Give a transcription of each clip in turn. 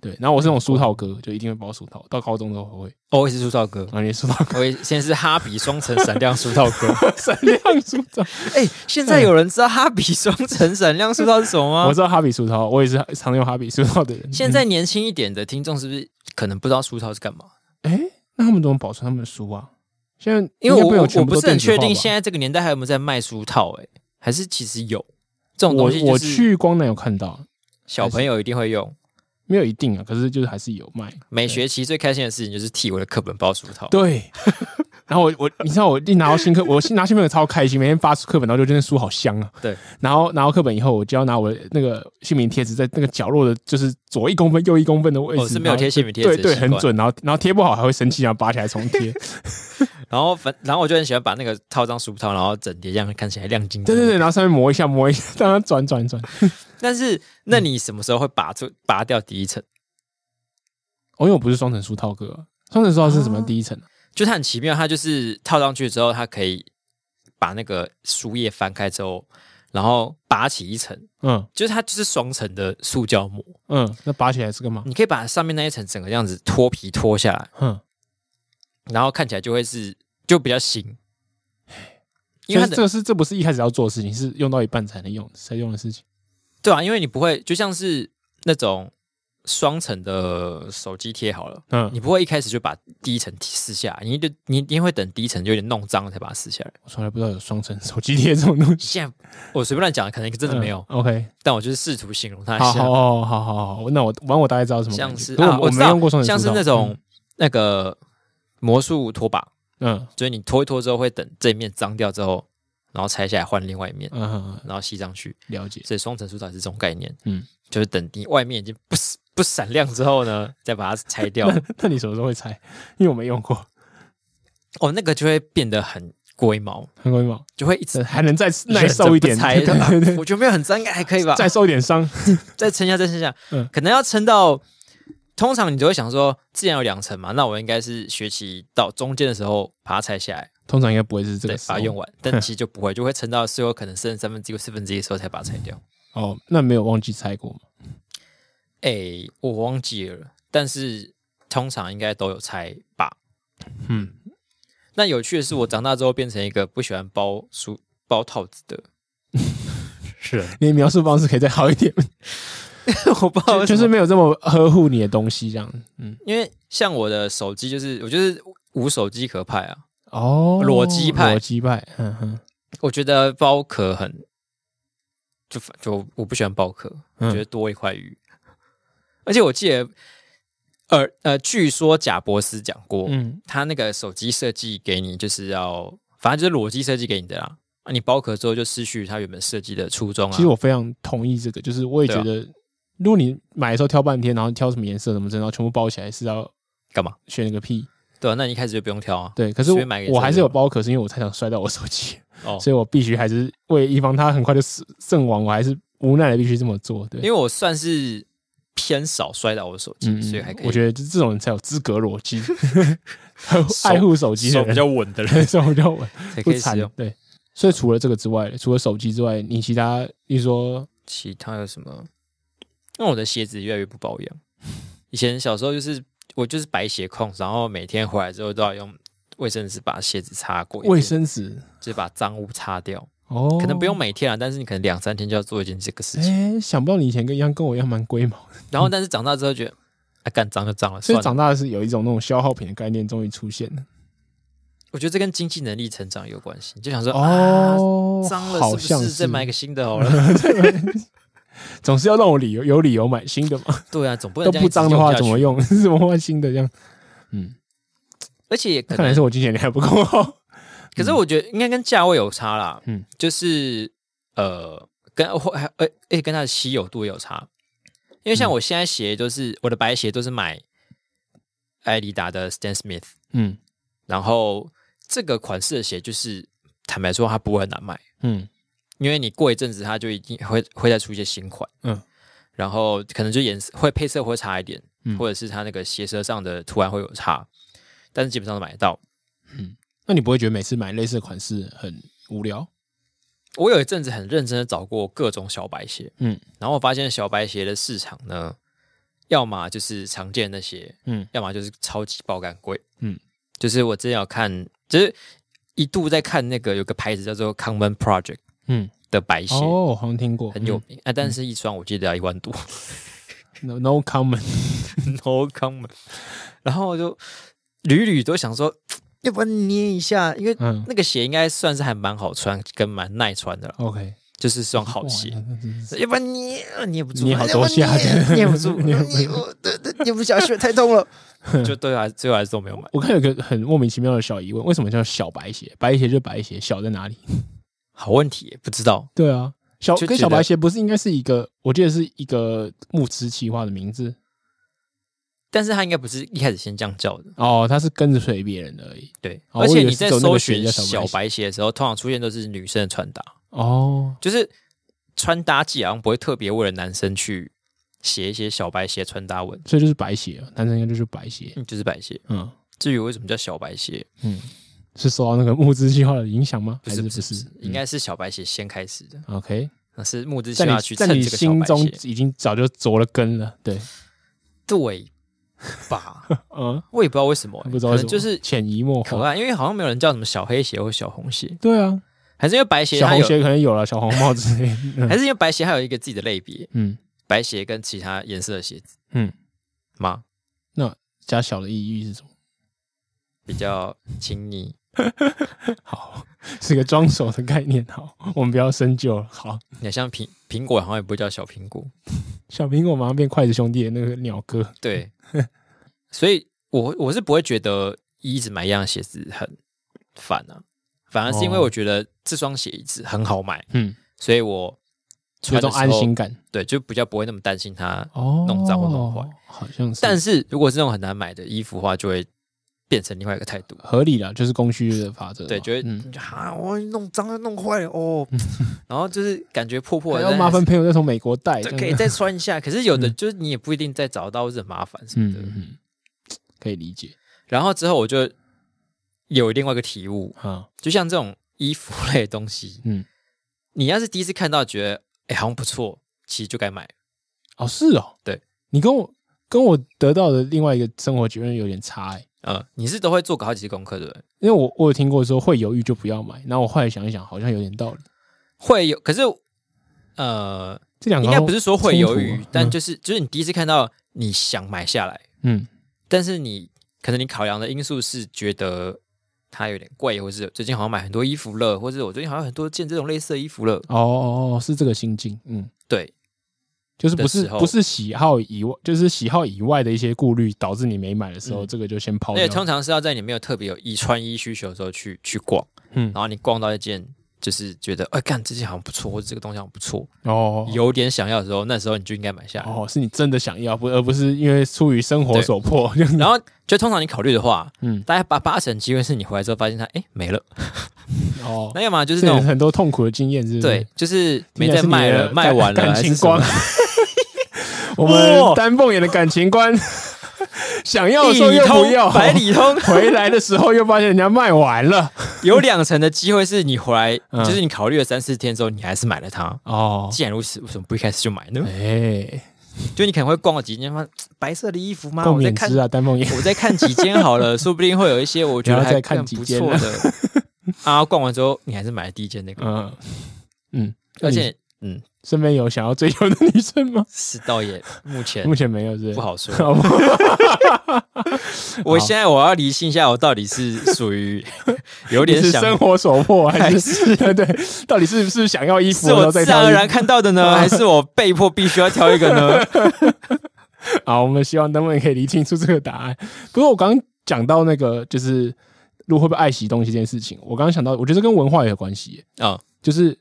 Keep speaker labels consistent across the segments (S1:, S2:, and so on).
S1: 对，然后我是那种书套歌，就一定会包书套，到高中都会。
S2: 哦，我也是出道歌，
S1: 啊，你书套歌，
S2: 我也先是哈比双层闪亮出道歌。
S1: 闪亮书套，
S2: 哎、现在有人知道哈比双层闪亮出道是什么
S1: 嗯我
S2: 吗？
S1: 知道哈比书套，我也是常用哈比书套的人。
S2: 啊 现在年轻一点的听众是不是可能不知道出道是干嘛？
S1: 哎、那他们怎么保存他们的书啊？现在
S2: 因为
S1: 应该
S2: 我
S1: 没有
S2: 我
S1: 全
S2: 我
S1: 部
S2: 不
S1: 都
S2: 是很
S1: 电子化
S2: 确定
S1: 吧
S2: 现在这个年代还有没有在卖书套、哎，还是其实有这种东西，
S1: 我我
S2: 就是
S1: 去光南有看到，
S2: 小朋友一定会用。
S1: 没有一定啊，可是就是还是有卖。
S2: 每学期最开心的事情就是替我的课本包书套。
S1: 对， 然后我我你知道我一拿到新课，我新拿新课本超开心，每天发出课本，然后就真的书好香啊。
S2: 对，
S1: 然后拿到课本以后，我就要拿我的那个姓名贴纸，在那个角落的，就是左一公分、右一公分的位置，
S2: 我哦是没有贴姓名贴
S1: 然后
S2: 纸，
S1: 对对，很。准。然后然后贴不好还会生气，然后拔起来重 贴。
S2: 然后反，然后我就很喜欢把那个套张书套，然后整叠这样看起来亮晶晶。
S1: 对对对，然后上面磨一下磨一下，让它转转转。
S2: 但是，那你什么时候会拔出拔掉第一层？
S1: 哦，因为我不是双层书套哥啊，双层书套是什么
S2: 啊
S1: 第一层啊？
S2: 就它很奇妙，它就是套上去之后，它可以把那个书页翻开之后，然后拔起一层，
S1: 嗯
S2: 就是它就是双层的塑胶膜，
S1: 嗯，那拔起来是干嘛？
S2: 你可以把上面那一层整个这样子脱皮脱下来，
S1: 哼，
S2: 然后看起来就会是就比较新，因
S1: 所
S2: 为它
S1: 以
S2: 的
S1: 这个是这不是一开始要做的事情，是用到一半才能用才用的事情。
S2: 对啊，因为你不会就像是那种双层的手机贴好了，
S1: 嗯，
S2: 你不会一开始就把第一层撕下来，你一定你一定会等第一层有点弄脏了才把它撕下来。
S1: 我从来不知道有双层手机贴这种东西，
S2: 现在我随便乱讲，可能真的没有，
S1: 嗯 OK，
S2: 但我就是试图形容它
S1: 好
S2: 像
S1: 好好好好好，那我玩我大概知道什么感
S2: 像
S1: 觉。
S2: 是
S1: 可我
S2: 啊，
S1: 我
S2: 知
S1: 没
S2: 道
S1: 用过双层
S2: 像
S1: 书
S2: 是
S1: 套
S2: 那种那个魔术拖把，
S1: 嗯
S2: 就是你拖一拖之后会等这一面脏掉之后，然后拆下来换另外一面，
S1: 嗯嗯嗯，
S2: 然后吸上去。
S1: 了解。
S2: 所以双层书套也是这种概念，
S1: 嗯
S2: 嗯，就是等你外面已经不不闪亮之后呢，再把它 拆掉。
S1: 那你什么时候会拆？因为我没用过，
S2: 哦，那个就会变得很龟毛，
S1: 很贵吗？
S2: 就会一直
S1: 这还能再耐
S2: 忍着
S1: 受一点，
S2: 不拆
S1: 对对对，
S2: 我觉得没有很脏，应该还可以吧？
S1: 再受一点伤。
S2: 再撑一下，再撑一下，
S1: 嗯
S2: 可能要撑到。通常你就会想说，既然有两层嘛，那我应该是学期到中间的时候把它拆下来，
S1: 通常应该不会是这
S2: 对
S1: 个，
S2: 把它用
S1: 完
S2: 完。但其实就不会，就会撑到最后可能剩三分之一、或四分之一的时候才把它拆掉。
S1: 哦。那没有忘记拆过吗？
S2: 哎、我忘记了，但是通常应该都有拆吧。
S1: 嗯，
S2: 那有趣的是，我长大之后变成一个不喜欢包书包套子 的人，
S1: 你的描述方式可以再好一点，
S2: 我不知道为
S1: 就
S2: 什
S1: 就
S2: 么
S1: 是没有这么呵护你的东西这样。嗯，
S2: 因为像我的手机，就是我就是无手机壳派啊，
S1: 哦，
S2: 裸机派
S1: 裸机派，嗯哼，
S2: 我觉得包壳很，就反就我不喜欢包壳，
S1: 嗯
S2: 我觉得多一块鱼。而且我记得，呃呃，据说贾博斯讲过，
S1: 嗯，
S2: 他那个手机设计给你就是要，反正就是裸机设计给你的啦。啊，你包壳之后就失去它原本设计的初衷啊。啊
S1: 其实我非常同意这个，就是我也觉得，如果你买的时候挑半天，然后挑什么颜色什么针，然后全部包起来是要
S2: 干嘛？
S1: 选个屁。
S2: 对啊，那你一开始就不用挑啊。
S1: 对，可是
S2: 随
S1: 我
S2: 便买个颜色
S1: 我还是有包壳，是因为我太想摔到我手机，
S2: 哦，
S1: 所以我必须还是为以防它很快就死阵亡，我还是无奈的必须这么做。对，
S2: 因为我算是偏少摔倒我的手机，所以还可
S1: 嗯
S2: 以。
S1: 我觉得这种人才有资格裸 机，爱护手机的
S2: 手比
S1: 人
S2: 较稳的人
S1: 对手比较稳，
S2: 才
S1: 不
S2: 可以使
S1: 惨
S2: 用。。
S1: 对，所以除了这个之外，除了手机之外，你其他，例如说
S2: 其他有什么？那我的鞋子越来越不保养。 以前小时候就是我就是白鞋控，然后每天回来之后都要用卫生纸把鞋子擦过一遍，
S1: 卫生纸，
S2: 就是把脏污擦掉。
S1: 哦，
S2: 可能不用每天啊，但是你可能两三天就要做一件这个事情。
S1: 哎、想不到你以前跟一样跟我一样蛮龟毛的，
S2: 然后，但是长大之后觉得，啊，干脏就脏了，
S1: 所以
S2: 算了。
S1: 长大是有一种那种消耗品的概念终于出现了。
S2: 我觉得这跟经济能力成长有关系。你就想说，啊，
S1: 哦，
S2: 脏了
S1: 好
S2: 是
S1: 像
S2: 不是
S1: 是
S2: 再买一个新的好 了？
S1: 总是要让我理由有理由买新的嘛，
S2: 对啊，总不能
S1: 都
S2: 这样
S1: 不
S2: 一直
S1: 脏的话
S2: 用下
S1: 怎么
S2: 去？
S1: 用？ 怎么换新的这样？嗯，
S2: 而且也可
S1: 看来
S2: 能，
S1: 是我金钱还不够好。
S2: 可是我觉得应该跟价位有差啦。
S1: 嗯
S2: 嗯，就是呃，跟或还呃，而且跟它的稀有度也有差。因为像我现在鞋都是、我的白鞋都是买艾迪达的 Stan Smith，
S1: 嗯
S2: 然后这个款式的鞋就是坦白说它不会很难买。
S1: 嗯
S2: 因为你过一阵子它就一定会会再出一些新款，
S1: 嗯
S2: 嗯，然后可能就颜色会配色会差一点，
S1: 嗯
S2: 或者是它那个鞋舌上的图案会有差，但是基本上都买得到。
S1: 那你不会觉得每次买类似的款式很无聊？
S2: 我有一阵子很认真的找过各种小白鞋，
S1: 嗯
S2: 嗯，然后我发现小白鞋的市场呢，要么就是常见那些，
S1: 嗯，
S2: 要么就是超级爆肝贵，
S1: 嗯，
S2: 就是我之前有看，就是一度在看那个有个牌子叫做 Common Project
S1: 嗯，
S2: 的白鞋，
S1: 哦，嗯好像听过，
S2: 很有名、啊，但是一双我记得要一万多
S1: 嗯 no no comment，
S2: ，no common，然后我就屡屡都想说，要不然捏一下，因为
S1: 嗯
S2: 那个鞋应该算是还蛮好穿，跟蛮耐穿的了，
S1: ，OK，
S2: 就是双好
S1: 哇
S2: 鞋。
S1: 那那真是
S2: 要不然捏啊捏不住，
S1: 捏好多下
S2: 要不然捏捏不住，
S1: 捏
S2: 捏
S1: 不
S2: 我对对捏不下去，太 痛了。就对啊，最后还是都没有买。
S1: 我看有个很莫名其妙的小疑问，为什么叫小白鞋？白鞋就白鞋，小在哪里？
S2: 好问题耶，不知道
S1: 对啊，小
S2: 就
S1: 跟
S2: 觉
S1: 小
S2: 得
S1: 白鞋不是应该是一个，我记得是一个牧师企划的名字
S2: 但是他应该不是一开始先这样叫的，
S1: 哦，他是跟着随别人的而已。
S2: 对。
S1: 哦
S2: 而
S1: 我
S2: 且
S1: 以为
S2: 你
S1: 是
S2: 在
S1: 走那
S2: 搜
S1: 个学
S2: 寻
S1: 叫小
S2: 小
S1: 白
S2: 白鞋的时候，通常出现都是女生的穿搭，
S1: 哦，
S2: 就是穿搭季好像不会特别为了男生去写一些小白鞋穿搭文，
S1: 所以就是白鞋啊，男生应该就是白鞋。
S2: 嗯，就是白鞋。
S1: 嗯
S2: 至于为什么叫小白鞋，
S1: 嗯，是受到那个募资计划的影响吗？
S2: 不
S1: 还
S2: 是
S1: 不
S2: 不是不是，
S1: 嗯
S2: 应该是小白鞋先开始的，
S1: OK，
S2: 那是木之
S1: 在
S2: 下去
S1: 你在
S2: 蹭
S1: 你
S2: 这个小
S1: 心
S2: 白
S1: 中
S2: 鞋，
S1: 已经早就着了根了。对，
S2: 对吧？
S1: 嗯，
S2: 我也不知道为什么欸，
S1: 不知道为
S2: 可
S1: 什
S2: 能
S1: 么哦
S2: 就是
S1: 潜移默
S2: 可
S1: 化。
S2: 爱，因为好像没有人叫什么小黑鞋或小红鞋，
S1: 对啊，
S2: 还是因为白鞋
S1: 小
S2: 它
S1: 红
S2: 有，
S1: 鞋可能有了，小红帽之 类的。嗯
S2: 还是因为白鞋它有一个自己的类别，
S1: 嗯，
S2: 白鞋跟其他颜色的鞋子，
S1: 嗯
S2: 吗？
S1: 加小的意义是什么？
S2: 比较亲昵。
S1: 好，是个装手的概念。好， 我们不要深究了。好，
S2: 你像苹苹果好像也不会叫小苹果，
S1: 小苹果马上变筷子兄弟的那个鸟哥。
S2: 对，所以我我是不会觉得一直买一样的鞋子很烦啊，反而是因为
S1: 哦
S2: 我觉得这双鞋子很好买，
S1: 嗯，
S2: 所以我
S1: 有
S2: 穿的
S1: 种
S2: 时
S1: 安
S2: 候
S1: 心，感。
S2: 对，就比较不会那么担心它
S1: 哦，
S2: 弄脏或弄坏，
S1: 好像是，
S2: 但是如果是那种很难买的衣服的话，就会变成另外一个态度，
S1: 合理啦，就是供需的法则嘛。
S2: 对，就会、
S1: 嗯，
S2: 啊，我弄脏了弄坏了哦， 然后就是感觉破破
S1: 还
S2: 的，
S1: 要
S2: 但
S1: 麻
S2: 还
S1: 烦
S2: 是
S1: 朋友再从美国带，这
S2: 对
S1: 样
S2: 可以
S1: 子
S2: 再穿一下。可是有的就是你也不一定再找到，或者很麻烦什 么
S1: 嗯
S2: 的。
S1: 嗯嗯，可以理解
S2: 然后之后我就有另外一个体悟，
S1: 啊。
S2: 就像这种衣服类的东西，
S1: 嗯，
S2: 你要是第一次看到觉得哎好像不错，其实就该买。
S1: 哦，是哦，
S2: 对，
S1: 你跟我跟我得到的另外一个生活结论有点差哎。
S2: 呃，你是都会做个好几次功课的人，
S1: 因为我我有听过说会犹豫就不要买，然后我后来想一想，好像有点道理。
S2: 会有，可是呃，
S1: 这两个
S2: 应该不是说会
S1: 冲突
S2: 犹豫
S1: 啊，
S2: 但
S1: 嗯
S2: 就是就是你第一次看到你想买下来，
S1: 嗯
S2: 但是你可能你考量的因素是觉得它有点贵，或是最近好像买很多衣服了，或者我最近好像很多件这种类似的衣服了，
S1: 哦哦哦，是这个心境，嗯，
S2: 对
S1: 就是不
S2: 的
S1: 是
S2: 时候
S1: 不是喜好以外，就是喜好以外的一些顾虑导致你没买的时候，这个就先抛
S2: 而
S1: 掉
S2: 且。嗯通常是要在你没有特别有衣穿衣需求的时候去去逛，
S1: 嗯
S2: 然后你逛到一件。就是觉得，哎、干这件好像不错，或者这个东西好像不错，
S1: 哦
S2: 有点想要的时候，那时候你就应该买下来。
S1: 哦，是你真的想要，不而不是因为出于生活所迫。这样子
S2: 然后，就通常你考虑的话，
S1: 嗯
S2: 大概八八成机会是你回来之后发现它，哎、没了。
S1: 哦，
S2: 那要么就是
S1: 这
S2: 那
S1: 有
S2: 种
S1: 很多痛苦的经验，是不是？
S2: 对，，就是没
S1: 在
S2: 在卖了，卖完了
S1: 感
S2: 还
S1: 情
S2: 是什
S1: 观
S2: 么。。
S1: 我们
S2: 哇
S1: 丹凤眼的感情观， 想 要的时候又不要，
S2: 百里通
S1: 回来的时候又发现人家卖完 了。
S2: 有两成的机会是你回来，
S1: 嗯
S2: 就是你考虑了三四天之后，你还是买了它。
S1: 哦，
S2: 既然如此，为什么不一开始就买呢？
S1: 哎，
S2: 就你可能会逛了几间，发现白色的衣服吗？
S1: 够
S2: 我在
S1: 敏
S2: 看
S1: 知，啊，丹凤眼。
S2: 我在看几间 好了，说不定会有一些我觉得
S1: 不要
S2: 还
S1: 再看
S2: 更
S1: 几
S2: 不
S1: 间
S2: 错
S1: 了
S2: 的。 啊，逛完之后你还是买了第一件那个，
S1: 嗯嗯，
S2: 而且嗯，
S1: 身边有想要追求的女生 吗？
S2: 是倒也目前
S1: 目前没有，是不是
S2: 不。好 说。
S1: 好不好
S2: 我现在我要理性一下，我到底是属 于有点
S1: 是
S2: 想
S1: 生活所迫还
S2: 还
S1: 是 对对？到底是不是想要衣服
S2: 是
S1: 然
S2: 我
S1: 后再
S2: 自
S1: 挑
S2: 然
S1: 衣服
S2: 而然看到的 呢，还是我被迫必须要挑一个 呢？
S1: 好，我们希望能不能可以理清楚这个答案。 不过我刚刚讲到那个，就是路会不会爱惜东西这件事情，我刚刚想到，我觉得这跟文化也有关系耶，
S2: 啊、
S1: 就是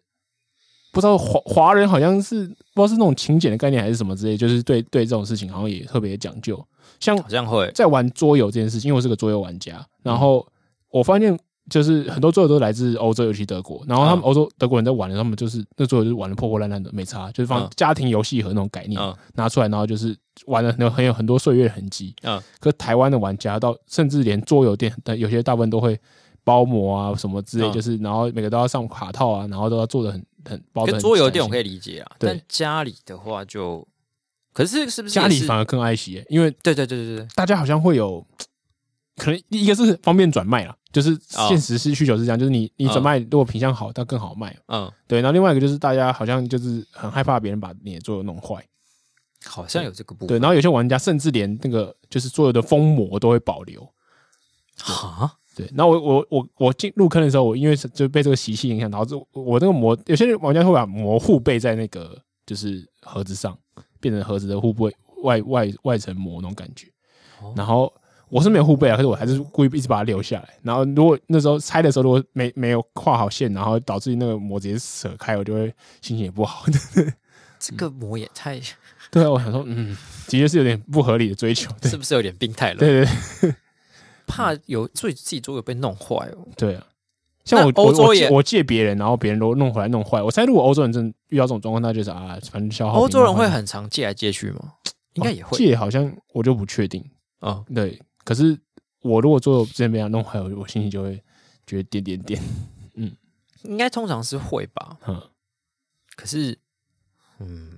S1: 不知道华华人好像是不知道是那种勤俭的概念还是什么之类，就是对对这种事情好像也特别讲究。像
S2: 好像会，
S1: 在玩桌游这件事情，因为我是个桌游玩家，然后我发现就是很多桌游都来自欧洲，尤其德国。然后他们
S2: 嗯
S1: 欧洲德国人在玩的，他们就是那桌游就是玩的破破烂烂的，没差，就是放
S2: 嗯
S1: 家庭游戏盒那种概念
S2: 嗯
S1: 拿出来，然后就是玩了很有很有很多岁月的痕迹。
S2: 嗯，
S1: 可台湾的玩家到甚至连桌游店，但有些大部分都会包膜啊什么之类，
S2: 嗯
S1: 就是然后每个都要上卡套啊，然后都要做的很很包的。
S2: 跟桌游店我可
S1: 以，
S2: 以理解啊，
S1: 对
S2: 但家里的话就可是是不是
S1: 家
S2: 也
S1: 里
S2: 是
S1: 反而更爱惜耶、因为
S2: 对对对对对，
S1: 大家好像会有，可能一个是方便转卖啦，就是现实是需求是这样，就是你你转卖如果品相好，它更好卖。
S2: 嗯，
S1: 对，然后另外一个就是大家好像就是很害怕别人把你的桌游弄坏，
S2: 好像有这个部
S1: 对，
S2: 分。
S1: 然后有些玩家甚至连那个就是桌游的封膜都会保留。
S2: 哈，
S1: 对，那我我我我进入坑的时候，我因为是就被这个习气影响，导致我我那个膜，有些人玩家会把膜护背在那个就是盒子上，变成盒子的护背外外外层膜那种感觉。
S2: 哦
S1: 然后我是没有护背啊，可是我还是故意一直把它留下来。然后如果那时候拆的时候，如果没没有画好线，然后导致那个膜直接扯开，我就会心情也不好。
S2: 这个膜也太
S1: 对啊，我想说，嗯，的确是有点不合理的追求。对
S2: 是不是有点病态了？
S1: 对对
S2: 怕有自己自己桌游被弄坏哦。
S1: 对啊！像我
S2: 那欧洲
S1: 我我借
S2: 也
S1: 我借别人，然后别人都弄回来弄坏。我猜如果欧洲人真的遇到这种状况，那就是啊，反正消耗品
S2: 欧洲人
S1: 弄坏
S2: 会很常借来借去吗？应该也
S1: 哦
S2: 会
S1: 借，好像我就不确定。
S2: 哦，
S1: 对，可是我如果做之前被他弄坏，我我心里就会觉得点点点。
S2: 应该通常是会吧。
S1: 嗯，
S2: 可是，嗯，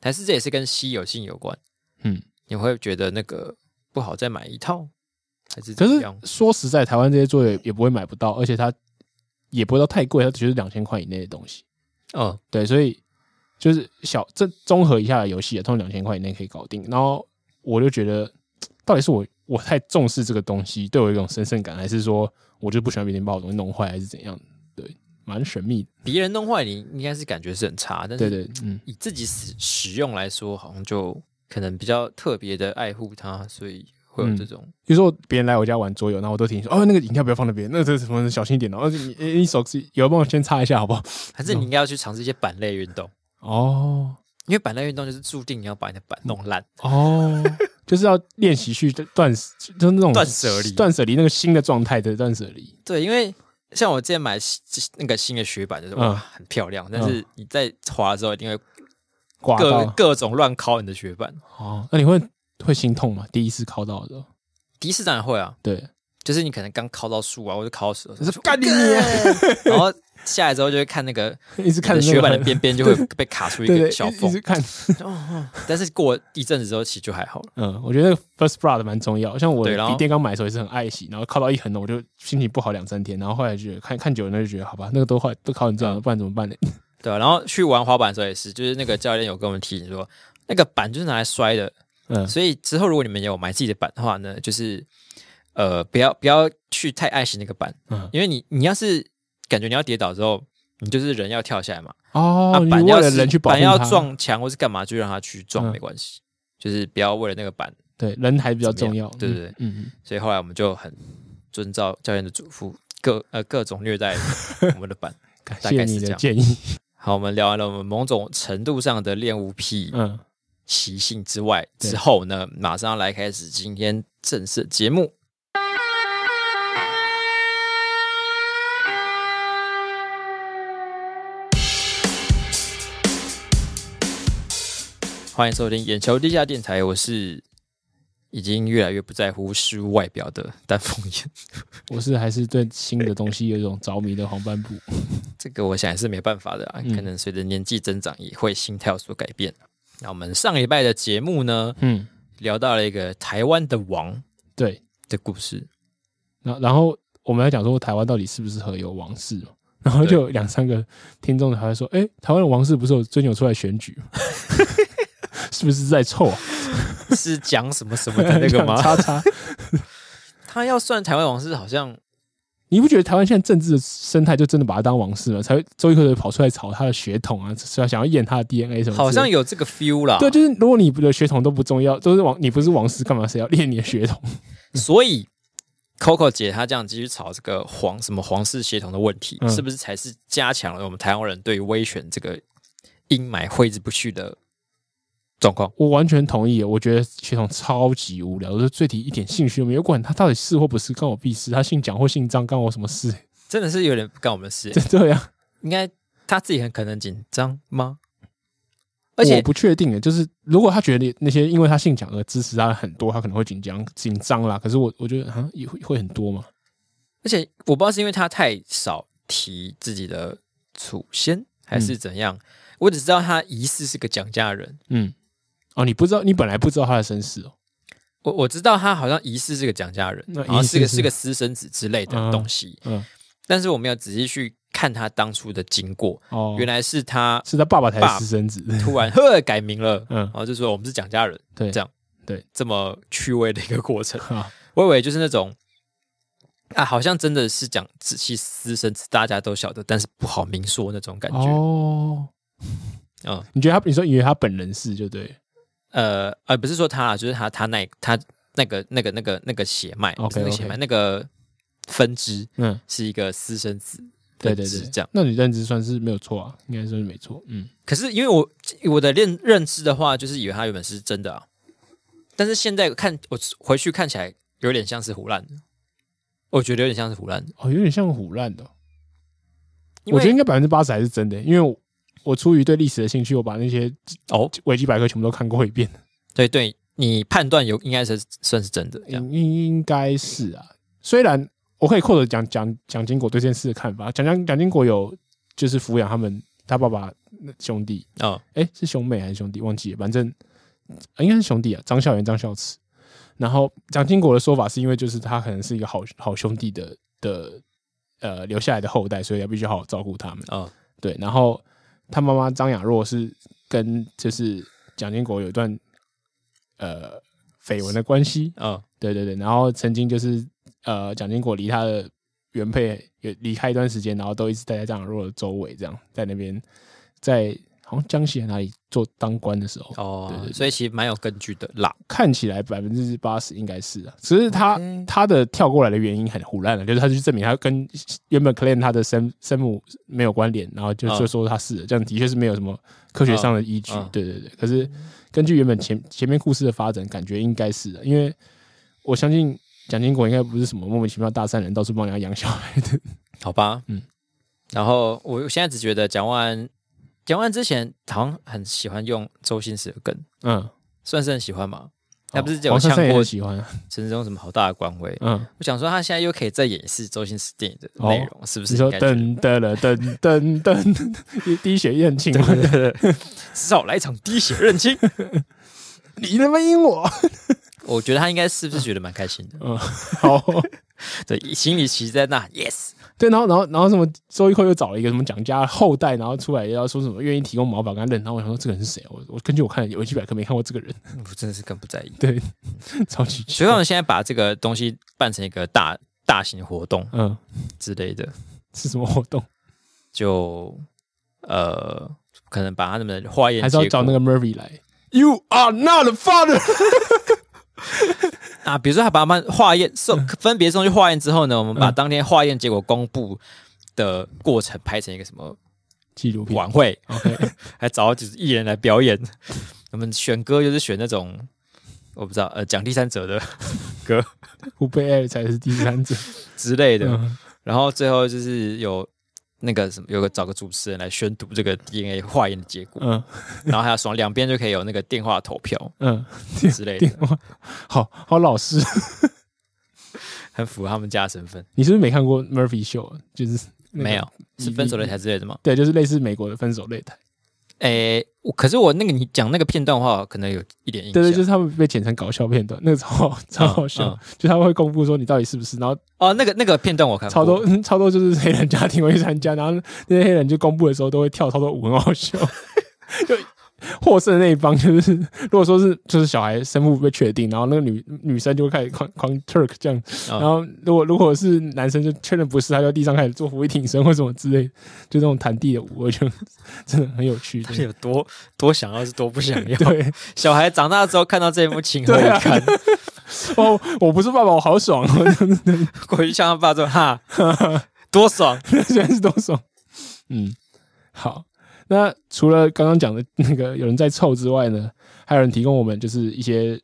S2: 还是这也是跟稀有性有关。
S1: 嗯，
S2: 你会觉得那个不好再买一套，还是
S1: 可
S2: 怎么
S1: 是
S2: 样？
S1: 说实在，台湾这些作业也不会买不到，而且它也不会到太贵，它只是两千块以内的东西。
S2: 哦，
S1: 对，所以就是小这综合一下的游戏，啊通常两千块以内可以搞定。然后我就觉得，到底是我我太重视这个东西，对我有一种神圣感，还是说我就不喜欢别人把我东西弄坏，还是怎样？对，蛮神秘的。
S2: 别人弄坏你，应该是感觉是很差，但
S1: 对
S2: 是
S1: 对，嗯，
S2: 以自己使使用来说，好像就可能比较特别的爱护它，所以会
S1: 嗯
S2: 有这种
S1: 有时候别人来我家玩桌游，然后我都提醒说，哦，那个饮料不要放那边，那个什么小心一点哦，而且你你手机有帮我先擦一下好不好？
S2: 还是你应该要去尝试一些板类运动，
S1: 哦
S2: 因为板类运动就是注定你要把你的板弄烂。
S1: 哦。 就是要练习去断，就是那种
S2: 断舍离
S1: 断舍离那个新的状态的断舍离。
S2: 对，因为像我之前买新那个新的雪板，就是哇、
S1: 嗯
S2: 很漂亮，但是你在滑的时候一定会
S1: 刮
S2: 各
S1: 到
S2: 各种乱敲你的雪板。
S1: 哦，那你会会心痛吗？第一次敲到的时候，
S2: 迪士当然会啊，
S1: 对，
S2: 就是你可能刚敲到树啊，或者敲到石头，
S1: 是干你啊！
S2: 然后下来之后就会看那个
S1: 一直
S2: 你
S1: 看
S2: 的
S1: 着那
S2: 雪
S1: 个
S2: 板的
S1: 痕
S2: 边边就会被卡出一
S1: 对对，
S2: 个小
S1: 一
S2: 缝
S1: 一直。看。
S2: 哦，但是过一阵子之后，其实就还好了。
S1: 嗯，我觉得那个 first blood 蛮重要，像我
S2: 对然后
S1: 笔电刚买的时候也是很爱惜，然后敲到一横的我就心情不好两三天，然后后来觉得看看久了那就觉得好吧，那个都坏都敲成这
S2: 嗯
S1: 样了，不然怎么办呢？
S2: 对、啊，然后去玩滑板的时候也是，就是那个教练有跟我们提醒说，那个板就是拿来摔的，
S1: 嗯
S2: 所以之后如果你们有买自己的板的话呢，就是呃，不要不要去太爱惜那个板，
S1: 嗯，
S2: 因为你你要是感觉你要跌倒之后，你就是人要跳下来嘛，
S1: 哦
S2: 啊，，
S1: 你
S2: 板
S1: 为
S2: 要
S1: 了
S2: 是
S1: 人去保护
S2: 板要
S1: 它，
S2: 撞墙或是干嘛，就让它去撞
S1: 嗯
S2: 没关系，就是不要为了那个板。
S1: 对人还比较重要，
S2: 怎么样对对对
S1: 嗯，嗯嗯
S2: 所以后来我们就很遵照教练的嘱咐，各呃各种 虐待我们的板。
S1: 感
S2: 大
S1: 谢
S2: 概是
S1: 你
S2: 这
S1: 的
S2: 样
S1: 建议，
S2: 好，我们聊完了我们某种程度上的恋物癖
S1: 嗯，
S2: 习性之外
S1: 对
S2: 之后呢，马上来开始今天正式的节目。欢迎收听眼球地下电台，我是已经越来越不在乎事物外表的丹凤眼，
S1: 我是还是对新的东西有一种着迷的黄斑部，
S2: 这个我想也是没办法的啊，
S1: 嗯
S2: 可能随着年纪增长也会心态有所改变。那我们上礼拜的节目呢，
S1: 嗯，
S2: 聊到了一个台湾的王
S1: 对，
S2: 的故事，
S1: 然然后我们来讲说台湾到底适不适合有王室嘛？ 然后就有两三个听众还会说：“哎、台湾的王室不是有最近有出来选举 吗？是不是在凑啊？
S2: 是讲什么什么 的那 个吗？
S1: 叉叉，
S2: 他要算台湾王室，好像
S1: 你不觉得台湾现在政治的生态就真的把他当王室吗？才会周一克跑出来炒他的血统啊，是要想要验他的 DNA 什么之类的？
S2: 好像有啊这个 feel 啦。
S1: 对，就是如果你的血统都不重要，都是王你不是王室，干嘛谁要验你的血统？
S2: 所以 Coco 姐她这样继续吵这个皇什么皇室血统的问题，
S1: 嗯
S2: 是不是才是加强了我们台湾人对于威权这个阴霾挥之不去的状况？
S1: 我完全同意，啊我觉得血统超级无聊，就是对题一点兴趣都没有，管他到底是或不是，关我屁事。他姓蒋或姓张，干我什么事？
S2: 真的是有点不干我们的事，欸
S1: 对啊，
S2: 应该她自己很可能紧张吗？而且
S1: 我不确定的，欸就是如果他觉得那些因为他姓蒋而支持他的很多，他可能会紧张紧张啦。可是我我觉得啊，也会会很多嘛。
S2: 而且我不知道是因为他太少提自己的
S1: 嗯
S2: 祖先，还是怎样。我只知道他疑似是个蒋家人，
S1: 嗯，哦，你不知道，你本来不知道他的身世哦。
S2: 我我知道他好像疑似是个蒋家人，
S1: 那
S2: 好像是个
S1: 疑似是
S2: 是个私生子之类的东西，
S1: 嗯，
S2: 但是我没有仔细去看他当初的经过，
S1: 哦，
S2: 原来是 他
S1: 是他爸爸才
S2: 爸
S1: 是私生子。
S2: 突然呵改名了，
S1: 嗯
S2: 然后就说我们是蒋家人，
S1: 对，
S2: 这样
S1: 对
S2: 这么趣味的一个过程。
S1: 啊，
S2: 我以为就是那种啊，好像真的是讲仔细私生子，大家都晓得，但是不好明说那种感觉。
S1: 哦，
S2: 嗯，
S1: 你觉得他，你说以为他本人是就对了，
S2: 呃，而不是说他啊，就是他他那他那个那个那个那个血脉
S1: OK，
S2: 不是那个血
S1: OK
S2: 脉那个分支
S1: 嗯，
S2: 是一个私生子
S1: 对
S2: 分
S1: 对
S2: 支
S1: 对，
S2: 这样。
S1: 那你认知算是没有错啊，应该算是没错，嗯，
S2: 可是因为我我的认认知的话，就是以为他原本是真的啊，但是现在看我回去看起来有点像是胡乱的，我觉得有点像是胡乱的。
S1: 哦，有点像胡乱的哦、
S2: 因
S1: 我觉得
S2: 为
S1: 应该百分之八十还是真的、欸因为我我出于对历史的兴趣，我把那些
S2: 哦，
S1: 维基百科全部都看过一遍，
S2: 对对，你判断有应该是算是真的这样。
S1: 应应该是啊。虽然我可以扣着讲讲蒋经国对这件事的看法，蒋蒋蒋经国有就是抚养他们他爸爸兄弟，
S2: 哦，
S1: 哎、是兄妹还是兄弟？忘记了，反正呃应该是兄弟啊。张孝元、张孝慈。然后蒋经国的说法是因为就是他可能是一个好好兄弟的的呃留下来的后代，所以要必须好好照顾他们。啊
S2: 哦，
S1: 对，然后他妈妈张雅若是跟就是蒋经国有一段呃绯闻的关系，
S2: 哦，
S1: 对对对，然后曾经就是呃蒋经国离他的原配也离开一段时间，然后都一直待在张雅若的周围，这样在那边在好像江西还哪里做当官的时候，
S2: 哦，
S1: 对对对
S2: 所以其实蛮有根据的啦。
S1: 看起来百分之八十应该是啊，只是他
S2: OK
S1: 他的跳过来的原因很胡乱的，就是他去证明他跟原本 claim 他的生生母没有关联，然后就
S2: 嗯
S1: 就说他是的，这样的确是没有什么科学上的依据
S2: 嗯嗯。
S1: 对对对，可是根据原本前前面故事的发展，感觉应该是的，因为我相信蒋经国应该不是什么莫名其妙大善人，到处帮人家养小孩 的。
S2: 好吧，
S1: 嗯
S2: 嗯。然后我现在只觉得蒋万安，蒋万安之前好像很喜欢用周星驰的梗，
S1: 嗯，
S2: 算是很喜欢嘛。他不是
S1: 哦
S2: 有
S1: 黄珊
S2: 呛
S1: 珊也
S2: 过
S1: 很喜欢啊？
S2: 陈志忠什么好大的官威？
S1: 嗯，
S2: 我想说他现在又可以再演一次周星驰电影的内容，是不是
S1: 哦你说
S2: 应该觉得？
S1: 噔噔了噔噔噔， 滴血验亲，
S2: 少来一场滴血认亲。
S1: 你他妈阴我！
S2: 我觉得他应该是不是觉得蛮开心的？
S1: 嗯，好。
S2: 对，心里其实在那 yes，
S1: 对，然后然后然后什么周一蔻又找了一个什么蒋家后代，然后出来要说什么愿意提供毛发跟他认，然后我想说这个人是谁啊？我我根据我看维基百科没看过这个人，
S2: 我真的是更不在意。
S1: 对，超级奇
S2: 学
S1: 怪
S2: 长现在把这个东西办成一个大大型活动
S1: 嗯，
S2: 之类的，
S1: 是什么活动？
S2: 就呃，可能把他们的化验
S1: 还是要
S2: 结
S1: 找那
S2: 果
S1: 个 Murphy 来？You are not the father
S2: 啊，比如说他把他们化验送
S1: 嗯
S2: 分别送去化验之后呢，我们把当天化验结果公布的过程拍成一个什么
S1: 纪录片。
S2: 晚会，
S1: OK，
S2: 还找几艺人来表演。我们选歌就是选那种我不知道呃讲第三者的 歌
S1: 胡贝尔才是第三者。
S2: 之类的，
S1: 嗯
S2: 然后最后就是有那个什么，有个找个主持人来宣读这个 DNA 化验的结果，
S1: 嗯
S2: 然后还有双两边就可以有那个电话投票
S1: 嗯，
S2: 之类的，
S1: 好好老师，
S2: 很符合他们家的身份。
S1: 你是不是没看过 Murphy 秀啊？就是、那个
S2: 没有，是分手擂台之类的吗？
S1: 对，就是类似美国的分手擂台。
S2: 诶，我可是我那个你讲那个片段的话，可能有一点印象。
S1: 对对，就是他们被剪成搞笑片段，那个超好超好笑，
S2: 嗯
S1: 就他们会公布说你到底是不是，然后
S2: 哦，那个那个片段我看过
S1: 超多 超多就是黑人家庭会去参加，然后那些黑人就公布的时候都会跳超多舞，很好笑。 就获胜的那一方就是，如果说是就是小孩生父被确定，然后那个女女生就会开始狂狂 Turk 这样，然
S2: 嗯
S1: 后如果如果是男生就确认不是，他就地上开始做俯卧挺身或什么之类，就那种弹地的舞，我觉得真的很有趣。
S2: 到底 有多多想要是多不想要。
S1: 对，
S2: 小孩长大之后看到这一幕，情何以
S1: 对啊
S2: 堪？
S1: 哦，我不是爸爸，我好爽哦，
S2: 过去向他爸说：“ 哈，多爽
S1: 虽然是多爽。嗯，好。那除了刚刚讲的那个有人在凑之外呢，还有人提供我们就是一些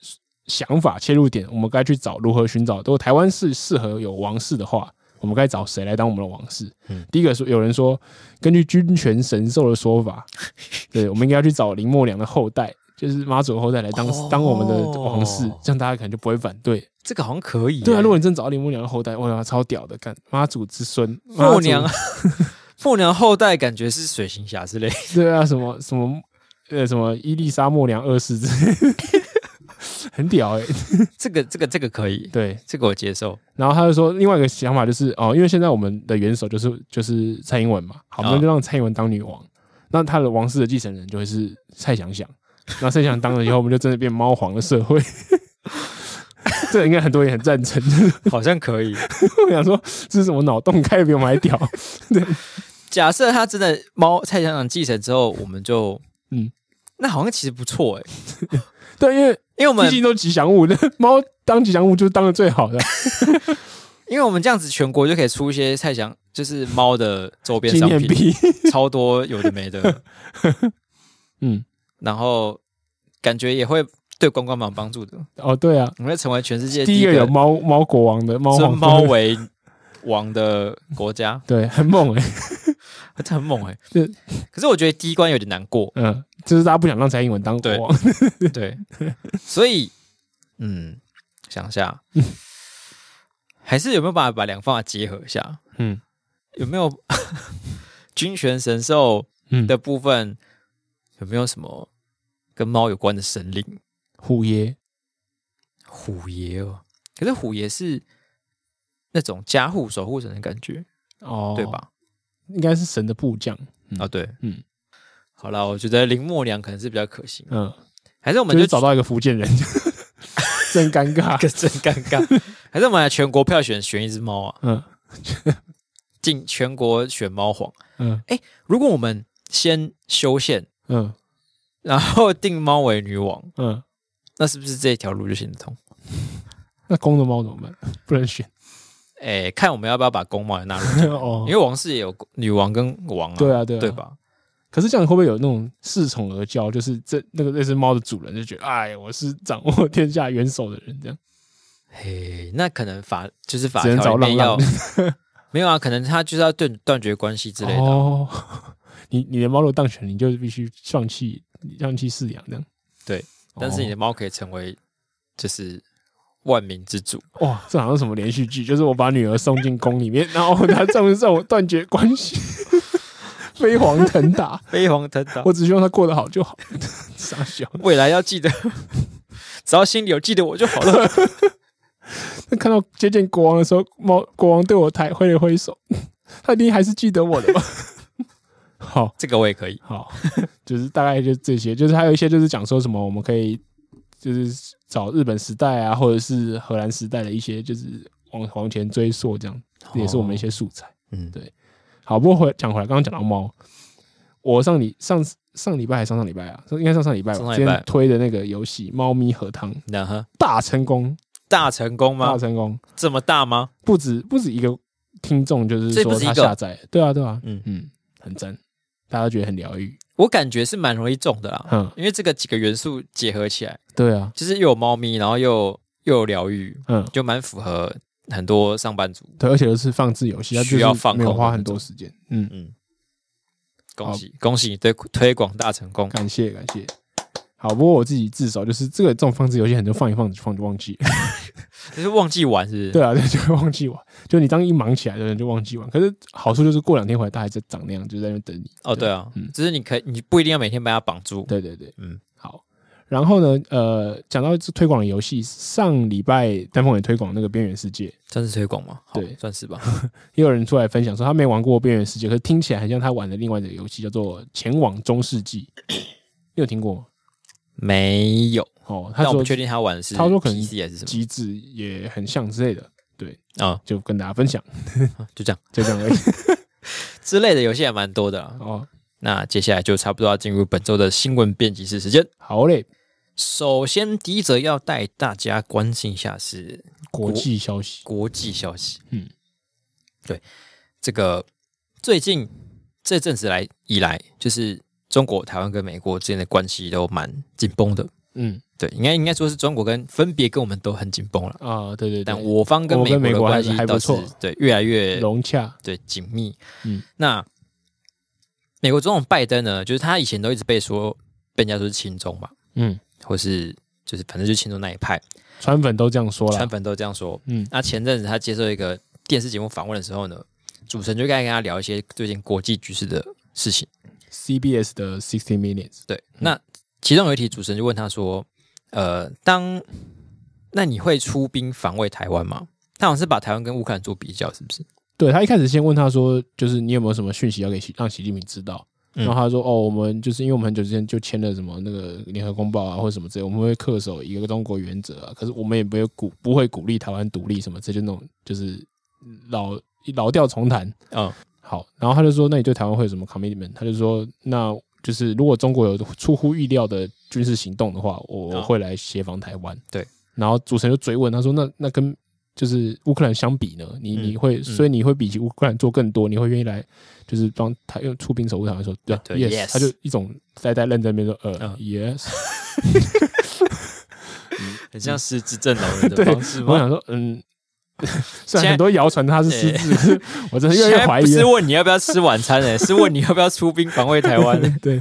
S1: 想法切入点，我们该去找如何寻找。如果台湾是适合有王室的话，我们该找谁来当我们的王室？
S2: 嗯
S1: 第一个说有人说，根据君权神授的说法，对，我们应该要去找林默娘的后代，就是妈祖的后代来当、
S2: 哦
S1: 当我们的王室，这样大家可能就不会反对。！”
S2: 这个好像可以耶。欸
S1: 对啊，如果你真找到林默娘的后代，哇，超屌的，干妈祖之孙，妈祖
S2: 父娘，父娘后代感觉是水行侠之类，
S1: 对啊，什么什么呃什么伊丽莎莫良二世之类的 很屌哎、
S2: 这个这个这个可以，
S1: 对。
S2: 这个我接受。
S1: 然后他就说，另外一个想法就是哦，因为现在我们的元首就是就是蔡英文嘛，好，
S2: 啊
S1: 那就让蔡英文当女王，那他的王室的继承人就会是蔡想想，那蔡想当了以后，我们就真的变猫皇的社会。 这应该很多人也很赞成，
S2: 好像可以。
S1: 我想说这是什么脑洞开的比我们还屌，
S2: 假设他真的猫蔡厂长继承之后，我们就
S1: 嗯，
S2: 那好像其实不错哎、
S1: 对，因为
S2: 因为我们
S1: 毕竟都吉祥物，那猫当吉祥物就是当的最好的，
S2: 因为我们这样子全国就可以出一些蔡翔就是猫的周边
S1: 纪
S2: 商
S1: 念
S2: 品，
S1: 币，
S2: 超多有的没的，
S1: 嗯，
S2: 然后感觉也会对观光蛮有帮助的，
S1: 哦，对啊，
S2: 我们会成为全世界
S1: 第一
S2: 一
S1: 个有猫猫国王的猫
S2: 尊
S1: 皇
S2: 猫为王的国家，
S1: 对，很猛哎、
S2: 很猛哎、
S1: 对
S2: 可是我觉得第一关有点难过，
S1: 嗯，就是大家不想让蔡英文当国王，
S2: 对，所以嗯，想一下，
S1: 嗯
S2: 还是有没有办法把两方法结合一下？
S1: 嗯
S2: 有没有 军权神兽
S1: 嗯
S2: 的部分有没有什么跟猫有关的神灵？
S1: 虎爷，
S2: 虎爷哦，可是虎爷是那种家护守护神的感觉，
S1: 哦，
S2: 对？吧？
S1: 应该是神的部将，嗯
S2: 啊，对，
S1: 嗯，
S2: 好了，我觉得林默娘可能是比较可惜，
S1: 嗯，
S2: 还是我们
S1: 就
S2: 就是
S1: 找到一个福建人， 真尴尬，
S2: 个 真尴尬，还是我们来全国票选选一只猫啊，
S1: 嗯
S2: 进全国选猫皇。
S1: 嗯
S2: 如果我们先修宪，
S1: 嗯
S2: 然后定猫为女王，
S1: 嗯，
S2: 那是不是这一条路就行得通？
S1: 那公的猫怎么办？ 不能选
S2: 哎，看我们要不要把公猫也纳入 进来，
S1: 哦
S2: 因，为王室也有公女王跟王啊，
S1: 对啊对啊
S2: 对吧？
S1: 可是这样会不会有那种恃宠而骄？就是这那个那只猫的主人就觉得，哎，我是掌握 天下元首的人，这样
S2: 嘿，那可能法就是法
S1: 只能
S2: 条
S1: 找
S2: 里面
S1: 浪
S2: 要
S1: 浪
S2: 没有啊，可能他就是要断断绝关系之类的啊。
S1: 哦。 你你的猫如果当选，你就必须放弃放弃饲养这样。
S2: 对
S1: 哦，
S2: 但是你的猫可以成为就是万民 之主，
S1: 哇，这好像什么连续剧，就是我把女儿送进宫里面，然后她这样让我断绝关系， 飞黄腾达。
S2: 飞黄腾达
S1: 我。只希望她过得好就好。 傻笑，
S2: 未来要记得， 只要心里有记得我就好了。
S1: 那看到接见国王的时候，猫国王对我抬挥了挥手， 他一定还是记得我的吧？ 好，
S2: 这个我也可以。
S1: 好，就是大概就这些，就是还有一些就是讲说什么我们可以就是找日本时代啊，或者是荷兰时代的一些就是往往前追溯，这样也是我们一些素材。
S2: 嗯，
S1: 对好，不过回讲回来，刚刚讲到猫，我上礼上上礼拜还上上礼拜啊，上应该上上礼拜
S2: 上
S1: 吧，
S2: 上
S1: 今
S2: 礼拜
S1: 天推的那个游戏《猫咪和汤》
S2: 那哈
S1: 大成功，
S2: 大成功吗
S1: 大？成功，
S2: 这么大吗？
S1: 不止不止一个听众就是
S2: 这不
S1: 说
S2: 止一
S1: 他
S2: 个
S1: 下载，对啊对啊，嗯
S2: 嗯
S1: 嗯，很赞，大家觉得很疗愈，
S2: 我感觉是蛮容易中的啦，
S1: 嗯，
S2: 因为这个几个元素结合起来，
S1: 对啊，
S2: 就是又有猫咪，然后又又有疗愈，
S1: 嗯。
S2: 就蛮符合很多上班族。
S1: 对，而且都是放置游戏，它就
S2: 需要
S1: 是
S2: 放
S1: 没有
S2: 空
S1: 花
S2: 的
S1: 很
S2: 那
S1: 多
S2: 种
S1: 时间。嗯，
S2: 嗯，恭喜恭喜你对推广大成功。
S1: 感谢感谢。好，不过我自己至少就是这个这种放置游戏，很多放一放就放就忘记了。
S2: 就是忘记玩是不是？
S1: 对啊，对， 就会忘记玩。就你当一忙起来的人就忘记玩。可是好处就是过两天回来，它还在长那样，就在那边等你。
S2: 哦，对啊，
S1: 嗯
S2: 只是你可以，你不一定要每天把它绑住。
S1: 对对对，
S2: 嗯，
S1: 好。然后呢，呃，讲到这推广的游戏，上礼拜丹凤也推广那个《边缘世界》，
S2: 算是推广吗？好
S1: 对
S2: 算是吧。
S1: 也有人出来分享说他没玩过《边缘世界》，可是听起来很像他玩的另外的游戏，叫做《前往中世纪》。 你有听过吗？
S2: 没有，
S1: 哦，他
S2: 但我
S1: 说
S2: 不确定他玩的是
S1: 他说可能
S2: PC 还是什么
S1: 机制也很像之类的，对，
S2: 啊、
S1: 就跟大家分享，
S2: 就这样
S1: 就这样 而已。
S2: 之类的游戏也蛮多的啦。
S1: 哦，
S2: 那接下来就差不多要进入本周的新闻编辑室时间。
S1: 好嘞，
S2: 首先，第一则要带大家关心一下是
S1: 国际消息，
S2: 国际消息。
S1: 嗯，
S2: 对，这个最近这阵子来以来，就是中国、台湾跟美国之间的关系都蛮紧绷的。
S1: 嗯
S2: 对，应该应该说是中国跟分别跟我们都很紧绷了，
S1: 啊，对对对，
S2: 但我方跟
S1: 我跟
S2: 美
S1: 美
S2: 的
S1: 国还
S2: 关
S1: 是
S2: 系
S1: 还不
S2: 倒是
S1: 错
S2: 对越来越
S1: 融洽，
S2: 对紧密。
S1: 嗯，
S2: 那美国总统拜登呢，就是他以前都一直被说被人家说是亲中嘛，
S1: 嗯，
S2: 或是就是反正就是亲中那一派，
S1: 川粉都这样说
S2: 川
S1: 了，
S2: 粉都这样说。
S1: 嗯
S2: 那前阵子他接受一个电视节目访问的时候呢，主持人就该跟他聊一些最近国际局势的事情。
S1: CBS 的 Sixty Minutes，
S2: 对，那其中有一题主持人就问他说：“呃，当那你会出兵防卫台湾吗？”他好像是把台湾跟乌克兰做比较，是不是？
S1: 对他一开始先问他说，就是你有没有什么讯息要给习让习近平知道？
S2: 嗯
S1: 然后他说：“哦，我们就是因为我们很久之前就签了什么那个联合公报啊，或者什么之类，我们会恪守一个中国原则啊。可是我们也不会鼓不会鼓励台湾独立什么，这就那种就是老老调重弹。
S2: 嗯，
S1: 好，然后他就说：“那你对台湾会有什么 commitment？” 他就说：“那就是如果中国有出乎意料的军事行动的话，我
S2: 哦
S1: 会来协防台湾。”
S2: 对。
S1: 然后主持人就追问他说：“那那跟就是乌克兰相比呢？你
S2: 嗯
S1: 你会、
S2: 嗯
S1: 所以你会比起乌克兰做更多？你会愿意来就是帮台用出兵守护台湾？”说：“对啊
S2: 对
S1: ，yes。
S2: yes
S1: 他就一种呆呆愣在那边说：“呃、
S2: 嗯
S1: y e s
S2: 很像失智症老 人的方式
S1: 我
S2: 吗？
S1: 想说：“嗯。” 虽然
S2: 现在
S1: 很多谣传他是失智，可是 我真的越来
S2: 现
S1: 越
S2: 在
S1: 怀
S2: 不
S1: 疑了
S2: 是。问你要不要吃晚餐、欸，是问你要不要出兵防卫台 湾、欸
S1: 对，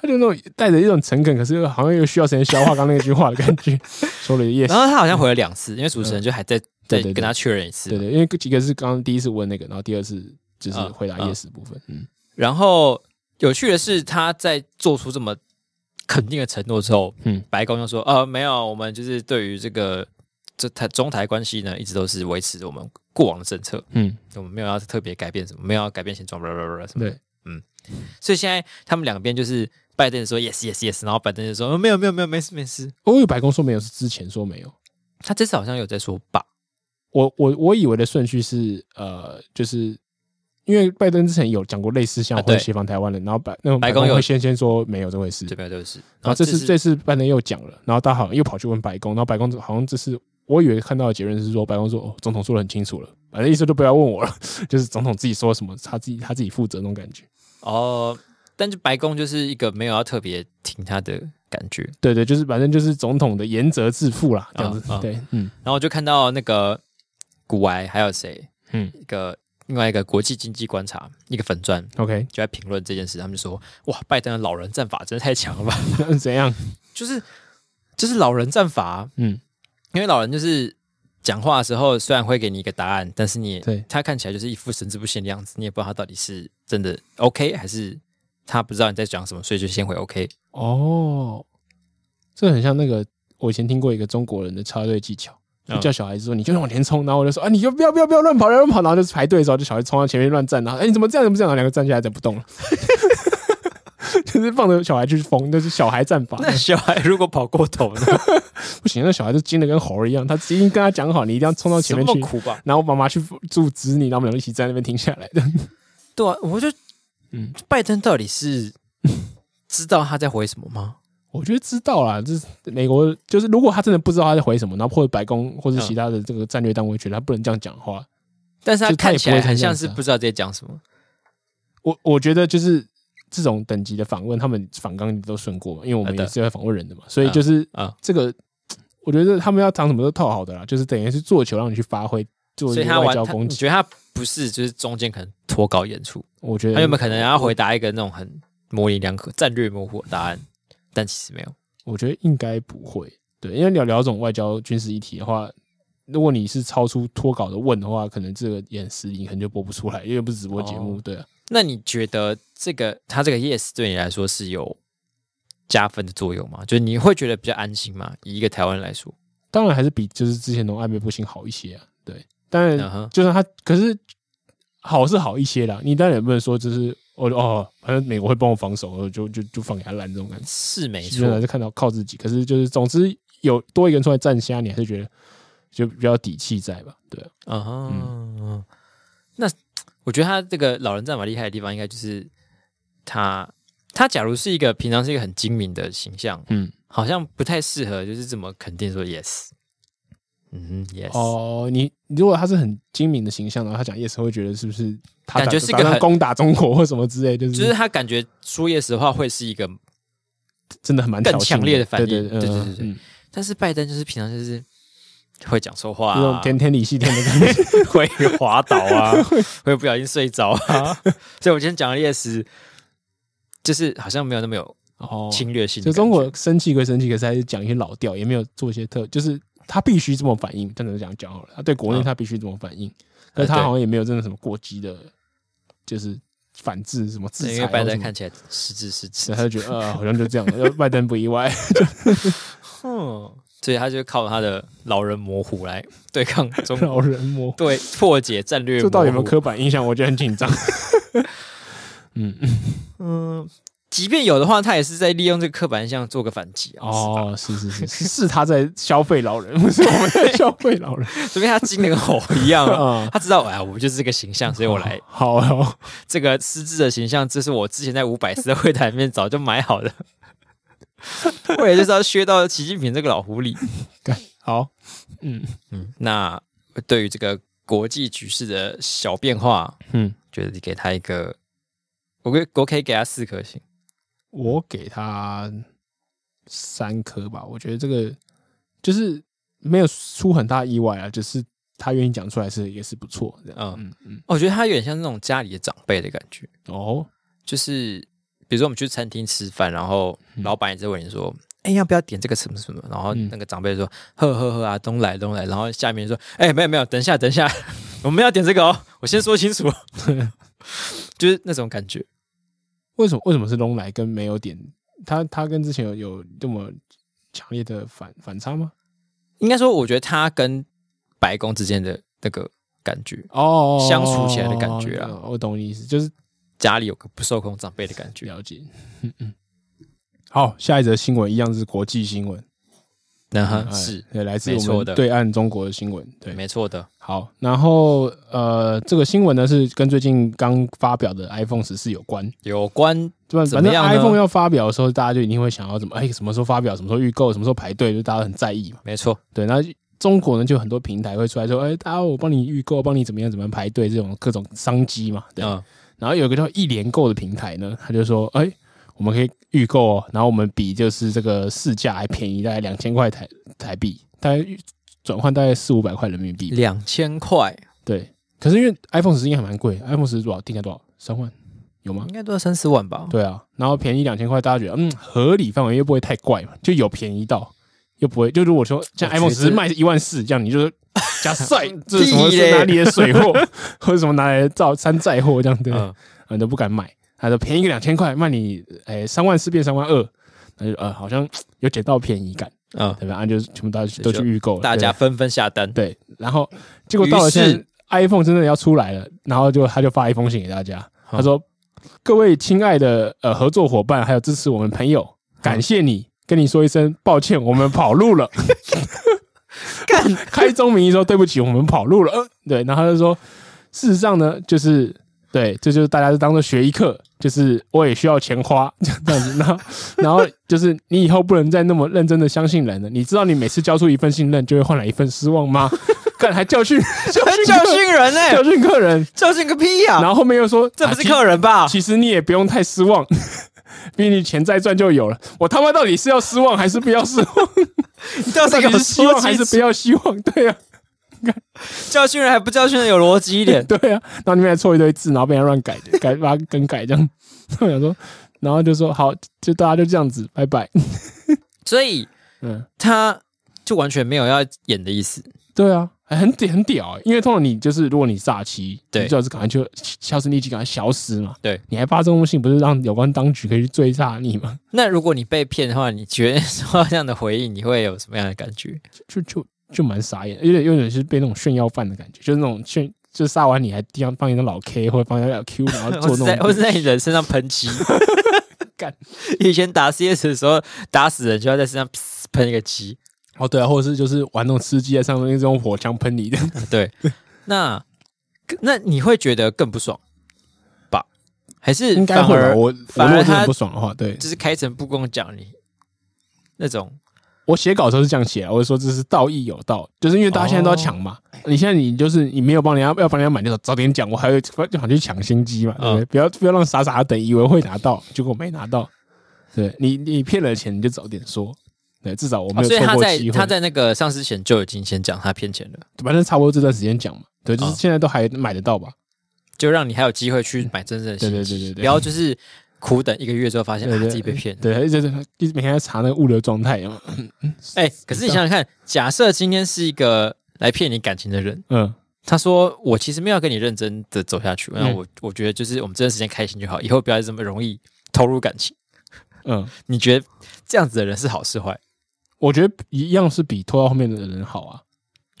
S1: 他就那种带着一种诚恳，可是又好像又需要时间消化刚那句话的感觉，说了一 yes，
S2: 然后他好像回了两次，因为主持人就还在再
S1: 嗯对对
S2: 跟他确认一次
S1: 对。对，因为几个是刚刚第一次问那个，然后第二次就是
S2: 嗯
S1: 回答
S2: 嗯
S1: yes 的部分，嗯，
S2: 然后有趣的是，他在做出这么肯定的承诺之后，
S1: 嗯
S2: 嗯，白宫就说：“呃，没有，我们就是对于这个这台中台关系呢，一直都是维持我们过往的政策，
S1: 嗯，
S2: 我们没有要特别改变什么，没有要改变现状，blah blah blah blah 什么
S1: 对，
S2: 的。
S1: 哦
S2: 所以现在他们两边就是拜登说 yes yes yes，然后拜登就说、呃、没有没有没有没事没事。
S1: 哦，因为白宫说没有是之前说没有，
S2: 他这次好像有在说吧，
S1: 我我我以为的顺序是呃，就是。因为拜登之前有讲过类似像
S2: 啊
S1: 会
S2: 对
S1: 协防台湾的，然后白那种
S2: 白
S1: 白
S2: 宫
S1: 宫
S2: 有
S1: 会先先说没有这回事，
S2: 哦这边都是。
S1: 然后哦这次
S2: 是
S1: 这次拜登又讲了，然后大家好像又跑去问白宫，然后白宫好像这次我以为看到的结论是说，白宫说哦，总统说的很清楚了，反正意思就不要问我了， 就是总统自己说什么，他自己他自己负责那种感觉。
S2: 哦，但是白宫就是一个没有要特别听他的感觉。
S1: 对对，就是反正就是总统的严责自负啦，这样子。
S2: 啊啊
S1: 对，嗯
S2: 然后我就看到那个古埃还有谁，
S1: 嗯
S2: 一个另外一个国际经济观察一个粉钻
S1: ，OK，
S2: 就在评论这件事，他们就说：“哇，拜登的老人战法真的太强了吧！
S1: 那怎样？
S2: 就是就是老人战法啊、
S1: 嗯，
S2: 因为老人就是讲话的时候虽然会给你一个答案，但是你也
S1: 对
S2: 他看起来就是一副神志不清的样子，你也不知道他到底是真的 OK 还是他不知道你在讲什么，所以就先回 OK。
S1: 哦，这很像那个我以前听过一个中国人的插队技巧。就
S2: 嗯
S1: 叫小孩子说你就往前冲，然后我就说啊你就不要不要不要乱跑不要乱跑，然后就是排队的时候就小孩冲到前面乱站，然后哎、你怎么这样怎么这样，然后两个站起来就不动了， 就是放着小孩去疯，就是小孩战法，
S2: 那小孩如果跑过头呢？
S1: 不行，那小孩就精的跟猴儿一样，他已经跟他讲好你一定要冲到前面
S2: 什
S1: 去
S2: 么，苦吧？
S1: 然后妈妈去阻止你，然后我们两个一起在那边停下来的，
S2: 对啊，我就
S1: 嗯，
S2: 拜登到 底是知道他在回什么吗？
S1: 我觉得知道啦，就是美国就是如果他真的不知道他在回什么，然后或者白宫或
S2: 嗯
S1: 者其他的这个战略单位觉得他不能这样讲话，
S2: 但是他
S1: 就他也
S2: 看起来
S1: 不会
S2: 很
S1: 这样
S2: 像
S1: 子啊
S2: 是不知道在讲什么。
S1: 我我觉得就是这种等级的访问，他们访纲你都顺过嘛，因为我们
S2: 啊
S1: 也
S2: 对
S1: 是要访问人的嘛，所以就是
S2: 啊
S1: 这个，我觉得他们要讲什么都套好的啦，就是等于是做球让你去发挥，做
S2: 所
S1: 一
S2: 以
S1: 个
S2: 他
S1: 外
S2: 玩，
S1: 交
S2: 他
S1: 攻
S2: 你
S1: 击。
S2: 觉得他不是就是中间可能脱稿演出，
S1: 我觉得
S2: 他有没有可能要回答一个那种很模棱两可、战略模糊的答案？但其实没有。
S1: 我觉得应该不会，对，因为聊聊这种外交军事议题的话。如果你是超出脱稿的问的话，可能这个演示你可能就播不出来，因为不是直播节目，
S2: 哦
S1: 对啊，
S2: 那你觉得这个他这个 yes 对你来说是有加分的作用吗？就是你会觉得比较安心吗？以一个台湾人来说，
S1: 当然还是比就是之前那种暧昧不清好一些啊。对，当
S2: 嗯
S1: 然
S2: 哼
S1: 就算他，可是好是好一些啦。你当然也不能说就是哦哦，反正美国会帮我防守，我就就就放给他烂这种感觉。
S2: 是没
S1: 虽然还
S2: 错。
S1: 是啊看到靠自己，可是就是总之有多一个人出来站虾，你还是觉得就比较有底气在吧？对啊，
S2: 啊哈，那我觉得他这个老人战法厉害的地方，应该就是他他假如是一个平常是一个很精明的形象，
S1: 嗯，
S2: 好像不太适合，就是这么肯定说 yes，嗯，yes，
S1: 哦，你你如果他是很精明的形象，然后他讲 yes，会觉得是不是他打
S2: 感觉是
S1: 打
S2: 个
S1: 算
S2: 很
S1: 攻打中国或什么之类，就是
S2: 就是他感觉说 yes 的话会是一个，
S1: 真的很蛮
S2: 更
S1: 挑衅
S2: 强烈的反应啊
S1: 对对
S2: 对对
S1: 嗯
S2: 对对
S1: 嗯
S2: 但是拜登就是平常就是会讲错话、
S1: 那种
S2: 啊，
S1: 天天理系天的感觉。
S2: 会滑倒 啊，会不小心睡着啊，所以我今天讲的 yes，就是好像没有那么有
S1: 哦
S2: 侵略性的
S1: 就中
S2: 感觉，
S1: 国生气归生气，可是还是讲一些老调，也没有做一些特，就是他必须这么反应。真的讲讲好了，他对国内
S2: 嗯
S1: 他必须这么反应，但
S2: 呃
S1: 他
S2: 对
S1: 好像也没有真的什么过激的，就是反制什么制裁，
S2: 因为拜登看，起来失智失智
S1: 对，他，就觉得呃，好像就这样了， 拜登不意外。
S2: 哼，所以他就靠他的老人模糊来对抗 中国，
S1: 老人 魔，
S2: 对破解战略模糊。
S1: 这到底有没有刻板印象？我觉得很紧 张。
S2: 嗯，即便有的话，他也是在利用这个刻板印象做个反击啊。
S1: 哦，是是是是，是他在消费老人，不是我们 在消费老人。
S2: 就跟他金那个吼一样啊。
S1: 嗯，
S2: 他知道，哎呀，我就是这个形象，所以我来
S1: 好哦，
S2: 这个失智的形象，这是我之前在五百次的会谈里面早就买好 的，我也就是要削到习近平这个老狐狸。
S1: 好，嗯
S2: 嗯，那对于这个国际局势的小变化，
S1: 嗯，
S2: 觉得你给他一个，我给我可以给他四颗星。
S1: 我给他三颗吧，我觉得这个就是没有出很大意外啊，只是他愿意讲出来是也是不错这样。
S2: 嗯，
S1: 嗯嗯，
S2: 我觉得他有点像那种家里的长辈的感觉，
S1: 哦，
S2: 就是比如说我们去餐厅吃饭，然后老板也在问你说。哎、要不要点这个什么什么？然后
S1: 嗯
S2: 那个长辈说：“呵呵呵啊，东来东来。”然后下面说：“哎、没有没有，等一下等一下， 我们要点这个哦，我先说清楚。” 就是那种感觉，
S1: 为什么为什么是龙来跟没有点？他他跟之前有有这么强烈的反反差吗？
S2: 应该说，我觉得他跟白宫之间的那个感觉，
S1: 哦，
S2: 相处起来的感觉啊
S1: 哦我懂你意思，就是
S2: 家里有个不受控长辈的感觉。
S1: 了解。嗯嗯，好，下一则新闻一样是国际新闻，
S2: 那啊哈
S1: 哎
S2: 是
S1: 对来自
S2: 没
S1: 我
S2: 错
S1: 们
S2: 的
S1: 对岸中国的新闻。对，
S2: 没错的，
S1: 好，然后呃，这个新闻呢是跟最近刚发表的 iPhone 十四有关。
S2: 有关
S1: 对吧，
S2: 怎
S1: 反
S2: 么
S1: 正
S2: 样呢
S1: iPhone 要发表的时候，大家就一定会想要怎么，哎，什么时候发表，什么时候预购，什么时候排队，就大家很在意嘛。
S2: 没错，
S1: 对，那中国呢，就有很多平台会出来说，哎，大家我帮你预购，帮你怎么样怎么样排队，这种各种商机嘛。对，
S2: 嗯，
S1: 然后有一个叫一联购的平台呢，他就说，哎、我们可以预购哦，然后我们比就是这个市价还便宜，大概两千块台台币，大概预转换大概四五百块人民币。
S2: 两千块
S1: 对，可是因为 iPhone 十应该还蛮贵，iPhone 十多少定价多少？三万有吗
S2: 应？该都要三四万吧？
S1: 对啊，然后便宜两千块，大家觉得嗯合理范围，又不会太怪嘛，就有便宜到，又不会就如果说像
S2: 我觉得
S1: iPhone 十卖一万四这样，你就是 假赛，这是什么
S2: 屁
S1: 是
S2: 嘞
S1: 哪里的水货，或者什么拿来造山寨货这样对。
S2: 嗯，
S1: 啊，你都不敢买，他就便宜个两千块，卖你哎三万四变三万二，那就呃好像嘖有捡到便宜感，
S2: 嗯
S1: 对吧？啊，就是全部大家
S2: 就
S1: 都去预购了，
S2: 大家
S1: 对
S2: 纷纷下单，
S1: 对，然后结果到了
S2: 于是
S1: 现在，iPhone 真的要出来了，然后就他就发一封信给大家，他说：“各位亲爱的呃合作伙伴，还有支持我们朋友，感谢你。”跟你说一声抱歉，我们跑路了。 干，开宗明义说对不起，我们跑路了。呃对，然后他就说，事实上呢，就是对，这就是大家就当做学一课，就是我也需要钱花 这样子。然后，然后就是你以后不能再那么认真的相信人了。你知道你每次交出一份信任，就会换来一份失望吗？ 干，还教训教训
S2: 教
S1: 客
S2: 训哎人呢、
S1: 教训客人，
S2: 教训个屁呀、
S1: 然后后面又说
S2: 这不是客
S1: 人。
S2: 人啊吧？
S1: 其实你也不用太失望， 比你钱再赚就有了。我他妈到底是要失望还是不要失望？
S2: 你到
S1: 到
S2: 底
S1: 底
S2: 有
S1: 是希望还是
S2: 逻
S1: 不
S2: 辑？
S1: 要希望？ 对啊，，
S2: 教训人还不教训人有逻辑一点
S1: 对啊。然后里面还错一堆字，然后被人家乱 改，改把它更改这样。 我想说，然后就说好，就大家就这样子，拜拜。
S2: 所以
S1: 嗯，
S2: 他就完全没有要演的意思。
S1: 对啊，哎很屌很屌、欸，因为通常你就是如果你诈欺，
S2: 对
S1: 你最好是赶快就销声匿迹，赶快消失嘛。
S2: 对，
S1: 你还发这封信，不是让有关当局可以去追查你吗？
S2: 那如果你被骗的话，你觉得说这样的回应，你会有什么样的感觉？
S1: 就就就蛮傻眼，有点有点是被那种炫耀犯的感觉，就是那种炫，就杀完你还地上放一张老 K 或者放一张老 Q，然后
S2: 我是
S1: 做那
S2: 在我是
S1: 种。
S2: 在你人身上喷漆
S1: 干，
S2: 以前打 CS 的时候，打死人就要在身上噗喷一个漆。
S1: 哦对啊，或者是就是玩那种吃鸡在上面那种火枪喷你的，
S2: 对，那那你会觉得更不爽吧？还是
S1: 应该
S2: 反
S1: 会吧？
S2: 而
S1: 我我如
S2: 反
S1: 果
S2: 而
S1: 真的
S2: 他
S1: 不爽的话，对
S2: 就是开诚布公讲你那种
S1: 我写稿的时候是这样写啊，我就说这是道义有道，就是因为
S2: 哦
S1: 大家现在都要抢嘛，你现在你就是你没有帮人家要帮人家买，就早点讲，我还会就想去抢先机嘛，
S2: 嗯
S1: 对不对？不要不要让傻傻地等，以为会拿到，结果没拿到，对你你骗了钱你就早点说。对，至少我没
S2: 哦
S1: 有
S2: 所以
S1: 错
S2: 他
S1: 过
S2: 在
S1: 机会。
S2: 他在那个上市前就已经先讲他骗钱了，
S1: 反正差不多这段时间讲嘛，对，就是
S2: 嗯
S1: 现在都还买得到吧？
S2: 就让你还有机会去买真正的
S1: 嗯对
S2: 信息，
S1: 对对对对
S2: 不要就是苦等一个月之后发现
S1: 对
S2: 啊
S1: 对
S2: 自己被骗。
S1: 对，一直一直每天在查那个物流状态嘛，
S2: 哎、可是你想想看，假设今天是一个来骗你感情的人，
S1: 嗯，
S2: 他说：“我其实没有要跟你认真的走下去，那
S1: 嗯
S2: 我我觉得就是我们这段时间开心就好，以后不要这么容易投入感情。
S1: 嗯，
S2: 你觉得这样子的人是好是坏？
S1: 我觉得一样是比拖到后面的人好啊。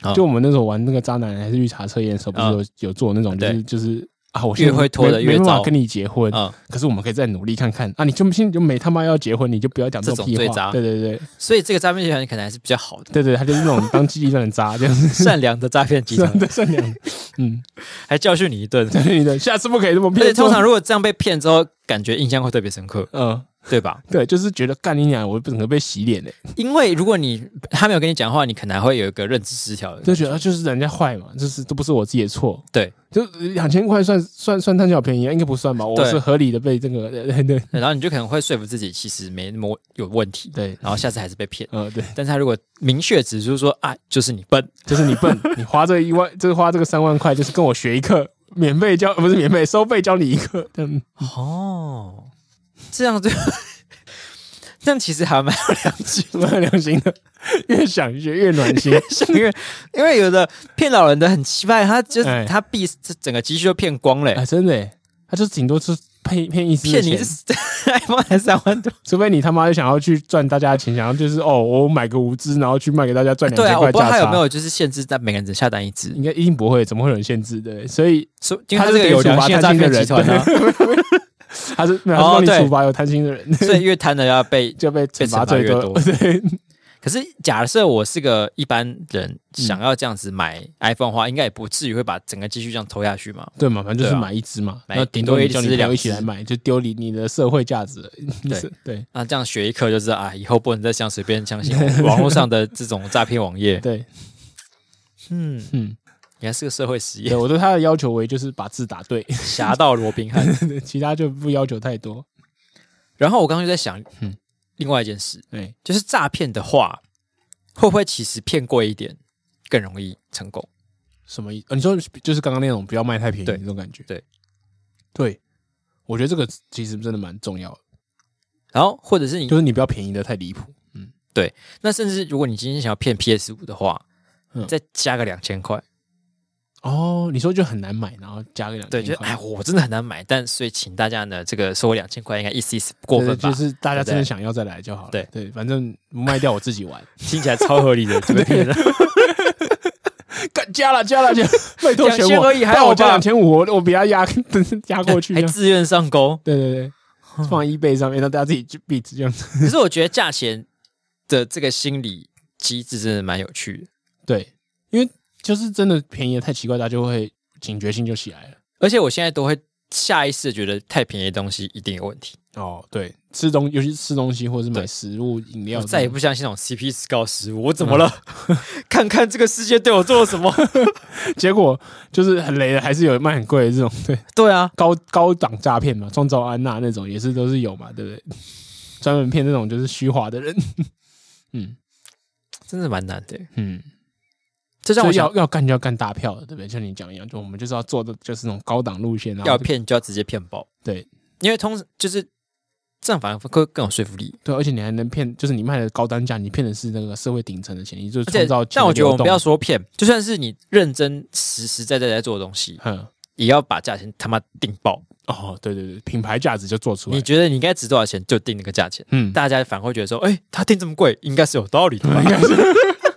S2: 啊
S1: 就我们那时候玩那个渣男还是绿茶测验的时候，不是
S2: 啊
S1: 有、有做那种就
S2: 对
S1: 是就是啊，我
S2: 越
S1: 现在
S2: 会拖
S1: 没
S2: 得
S1: 没
S2: 越
S1: 办法
S2: 糟
S1: 跟你结婚，
S2: 嗯，
S1: 可是我们可以再努力看看啊！你就现就没他妈要结婚，你就不要讲
S2: 这
S1: 种
S2: 种
S1: 屁
S2: 最
S1: 话。
S2: 渣
S1: 对对对
S2: 所以这个诈骗集团可能还是比较好 的，
S1: 对对，他就是那种当机立断的渣，这样 子，
S2: 善良的诈骗集 团
S1: 真的善良的。嗯，
S2: 还教训你一顿。而
S1: 对的，下次不可以这么
S2: 且
S1: 骗。
S2: 通常如果这样被骗之后，感觉印象会特别深刻，
S1: 嗯，
S2: 对吧？
S1: 对，就是觉得干你娘，我整个被洗脸嘞，
S2: 因为如果你他没有跟你讲话，你可能还会有一个认知失调的。
S1: 就觉得啊就是人家坏嘛，就是都不是我自己的错。
S2: 对，
S1: 就两千块算算算贪小便宜，啊应该不算吧？我
S2: 对
S1: 是合理的被这 个对对
S2: 然后你就可能会说服自己，其实没那么有问题，
S1: 对，
S2: 然后下次还是被骗。
S1: 呃对，
S2: 但是他如果明确指出说啊，就是你笨，
S1: 就是你笨，你花这一万，就是花这个三万块，就是跟我学一课，免费教不是免费收费教你一课，这样
S2: 哦，这样就 这样其实还蛮有良心的，
S1: 蛮有良心的，越想越越暖心。
S2: 因为因为有的骗老人的很奇怪，他就是、
S1: 哎
S2: 他币这整个积蓄都骗光了、
S1: 哎，真的耶，他就顶多是骗骗一次的
S2: 骗你
S1: 钱，
S2: 是 iPhone 还三万多，
S1: 除非你他妈就想要去赚大家的钱，想要就是哦，我买个五只，然后去卖给大家赚两
S2: 对
S1: 千
S2: 啊，我
S1: 块
S2: 不知道
S1: 价
S2: 他有没
S1: 差。
S2: 有就是限制在每个人只下单一支，
S1: 应该一定不会，怎么会有人限制？对，所以
S2: 所以因为他
S1: 他
S2: 这
S1: 是
S2: 个
S1: 可以
S2: 有良
S1: 处罚
S2: 心的诈
S1: 贪心
S2: 骗
S1: 的
S2: 集
S1: 人
S2: 团啊，
S1: 他是没有
S2: 哦
S1: 他是帮
S2: 对
S1: 你处罚有贪心的人，
S2: 所以越贪的要被。
S1: 就被
S2: 被
S1: 惩
S2: 惩
S1: 罚
S2: 罚
S1: 最
S2: 越
S1: 多。
S2: 多
S1: 对，
S2: 可是假设我是个一般人，
S1: 嗯
S2: 想要这样子买 iPhone 的话，应该也不至于会把整个积蓄这样投下去嘛。
S1: 对嘛，反正就是
S2: 对啊
S1: 买一只嘛，
S2: 买
S1: 那
S2: 顶
S1: 顶
S2: 多
S1: 多
S2: 一
S1: 你
S2: 只
S1: 叫你朋
S2: 两
S1: 友一起
S2: 只
S1: 来买，就丢你你的社会价值了。
S2: 对
S1: 是对
S2: 那这样学一课就知道啊，以后不能再像随便相信网络上的这种诈骗网页。
S1: 对，
S2: 嗯，
S1: 嗯，
S2: 你还是个社会实
S1: 对
S2: 验，
S1: 我对他的要求为就是把字打对，
S2: 侠盗罗宾汉。
S1: 其他就不要求太多。
S2: 然后我刚刚就在想
S1: 嗯，
S2: 另外一件事，
S1: 对，
S2: 就是诈骗的话，会不会其实骗贵一点更容易成功？
S1: 什么意？呃你说就是刚刚那种不要卖太便宜
S2: 对
S1: 那种感觉。
S2: 对，
S1: 对，我觉得这个其实真的蛮重要的，
S2: 然后或者是你
S1: 就是你不要便宜的太离谱。
S2: 那甚至如果你今天想要骗 PS 五的话，
S1: 嗯
S2: 再加个两千块，
S1: 哦，你说就很难买，然后加个两
S2: 对，
S1: 千
S2: 就是
S1: 块
S2: 哎，，我真的很难买，但所以请大家呢，这个收我两千块应该意思意思不过
S1: 对
S2: 分吧？
S1: 就是大家真
S2: 对不对
S1: 的想要再来就好了。
S2: 对
S1: 对，反正卖掉我自己 玩。
S2: 听起来超合理的，怎么骗人？
S1: 干加了加了加了，拜托选
S2: 2000
S1: 我，
S2: 而已还好
S1: 但我加
S2: 吧
S1: 两千五，我我比他压 压过去这
S2: 还
S1: 样。
S2: 自愿上钩。
S1: 对对对，放 eBay 上面让大家自己去 bid 这样子。
S2: 可是我觉得价钱的这个心理机制真的蛮有趣的，
S1: 对，因为就是真的便宜得太奇怪，大家就会警觉性就起来了。
S2: 而且我现在都会下意识地觉得太便宜的东西一定有问题，
S1: 哦，对，吃东尤其是吃东西或者是
S2: 对
S1: 买食物饮料
S2: 我
S1: 这种，
S2: 再也不相信那种 CP 值高的食物。我怎么了？
S1: 嗯
S2: 看看这个世界对我做了什么？
S1: 结果就是很雷的，还是有卖很贵的这种， 对，
S2: 对啊，
S1: 高高档诈骗嘛，创造安娜那种也是都是有嘛，对不对？专门骗那种就是虚华的人， 嗯
S2: 真的蛮难的。
S1: 嗯，
S2: 就像
S1: 所
S2: 我
S1: 以
S2: 想
S1: 要要干就要干大票的，对不对？像你讲一样，就我们就是要做的就是那种高档路线，然后
S2: 要骗就要直接骗爆，
S1: 对
S2: 因为通就是这样反而会更有说服力。
S1: 对，而且你还能骗，就是你卖的高单价，你骗的是那个社会顶层的钱，你就是
S2: 而且
S1: 创造，
S2: 但我觉得我们不要
S1: 钱
S2: 说骗，就算是你认真、实实在在在做的东西，
S1: 的流动，嗯，
S2: 也要把价钱他妈定爆。
S1: 哦，对对对，品牌价值就做出来
S2: 你，觉得你应该值多少钱就定那个价钱，
S1: 嗯，
S2: 大家反而会觉得说，哎、他定这么贵，应该是有道理的吧？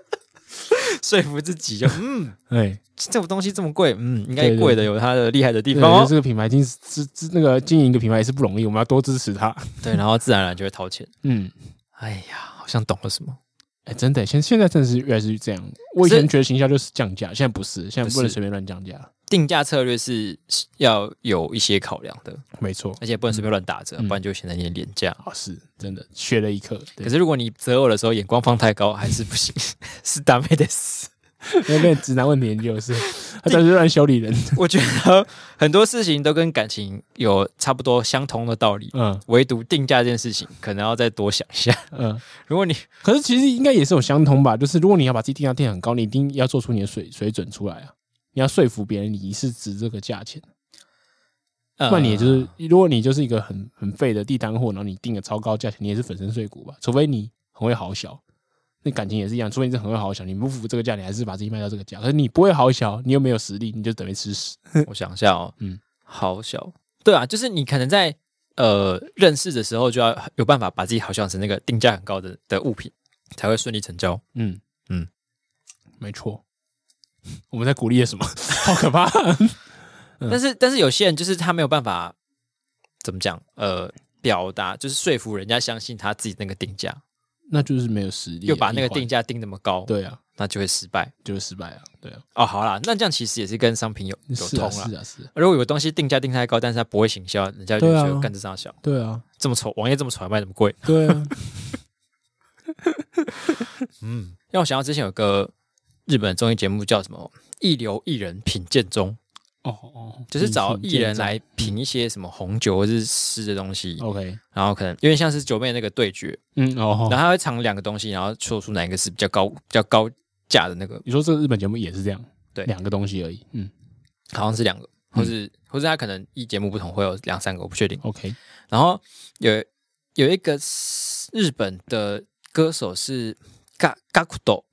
S2: 说服自己就，嗯，
S1: 哎，
S2: 这种东西这么贵，嗯，应该
S1: 对对
S2: 贵的有它的厉害的地
S1: 对，
S2: 方
S1: 就
S2: 哦。
S1: 这个品牌经支支那个经营一个品牌也是不容易，我们要多支持它，
S2: 对，然后自然而然就会掏钱。
S1: 嗯。
S2: 哎呀，好像懂了什么。
S1: 哎，真的，现现在真的是越来越是这样。我以
S2: 是
S1: 前觉得行销就是降价，现在不是，现在
S2: 不
S1: 不能
S2: 是
S1: 随便乱降价。
S2: 定价策略是要有一些考量的，
S1: 没错，
S2: 而且不能随便乱打折，
S1: 嗯
S2: 不然就显得你很廉价。
S1: 啊，是真的学了一课。对
S2: 可是如果你择偶的时候眼光放太高，还是不行， 是达美的 死。
S1: 那边直男问题研究 是，他真的是乱修理人。
S2: 我觉得很多事情都跟感情有差不多相同的道理，
S1: 嗯
S2: 唯独定价这件事情，可能要再多想一下。
S1: 嗯，
S2: 如果你
S1: 可是其实应该也是有相通吧，就是如果你要把自己定价定很高，你一定要做出你的水水准出来啊。你要说服别人你是值这个价钱，
S2: 呃
S1: 不然你也就是，如果你就是一个很很废的地摊货，然后你定个超高价钱，你也是粉身碎骨吧。除非你很会好小，那感情也是一样，除非你是很会好好想，你不符合这个价，你还是把自己卖到这个价。可是你不会好想，你又没有实力，你就等于吃屎。
S2: 我想一下哦，
S1: 嗯
S2: 嗯，好小，对啊，就是你可能在呃认识的时候就要有办法把自己好像是那个定价很高的的物品，才会顺利成交。
S1: 嗯
S2: 嗯，
S1: 没错。 我们在鼓励些什么？ 好可怕！嗯
S2: 但是但是有些人就是他没有办法怎么讲，呃，表达就是说服人家相信他自己那个定价，
S1: 那就是没有实力，
S2: 又把那个定
S1: 价，
S2: 价定那么高，，
S1: 对啊，
S2: 那就会失败。
S1: 就是失败啊，对啊，
S2: 哦，好啦，那这样其实也是跟商品有有
S1: 是
S2: 通
S1: 啊，
S2: 啦。
S1: 是啊，是啊，
S2: 如果有个东西定价定太高，但是它不会行销，人家就
S1: 对啊
S2: 觉得干这大小，
S1: 对啊，
S2: 这么丑，网页这么丑，还卖那么贵。
S1: 对啊，
S2: 嗯，让我想到之前有个日本的综艺节目叫什么《一流艺人品鉴中
S1: 哦哦，》，
S2: 就是找
S1: 品
S2: 艺
S1: 鉴
S2: 人
S1: 中
S2: 来品一些什么红酒或是湿的东西，
S1: ，OK，
S2: 然后可能有点像是九妹那个对决，
S1: 嗯，哦，
S2: 然后他会尝两个东西，然后说出哪一个是比较高、比较高价的那个，
S1: 你说这个日本节目也是这样，
S2: 对
S1: 两个东西而已，嗯
S2: 好像是两个，或是、或是他可能一节目不同会有两三个，我不确定。
S1: ，OK，
S2: 然后有有一个是日本的歌手是 Ga Gakudo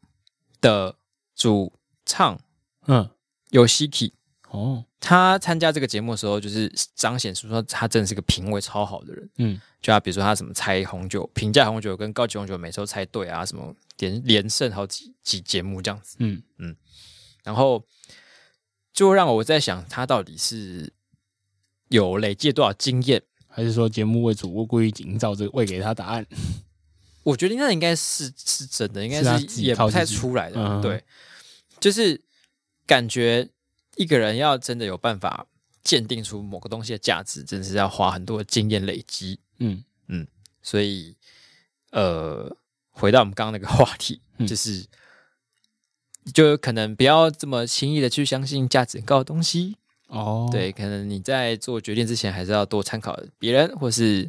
S2: 的主唱
S1: 嗯，
S2: Yoshiki，
S1: 哦，
S2: 他参加这个节目的时候，就是彰显出说他真的是个品味超好的人。
S1: 嗯，
S2: 就他比如说他什么猜红酒、平价红酒跟高级红酒，每次都猜对啊，什么连连胜好几几节目这样子。
S1: 嗯，
S2: 然后就让我在想，他到底是有累积多少经验？
S1: 还是说节目为主，我故意营造这个，为给他答案，
S2: 我觉得那应该是是真的，应该
S1: 是啊他自己
S2: 也
S1: 靠
S2: 不
S1: 自
S2: 太
S1: 己
S2: 出来的。
S1: 嗯
S2: 对，就是感觉一个人要真的有办法鉴定出某个东西的价值，真的是要花很多的经验累积。
S1: 嗯
S2: 所以，呃，回到我们刚刚那个话题，
S1: 嗯
S2: 就是就可能不要这么轻易的去相信价值很高的东西。
S1: 哦，
S2: 对，可能你在做决定之前，还是要多参考别人，或是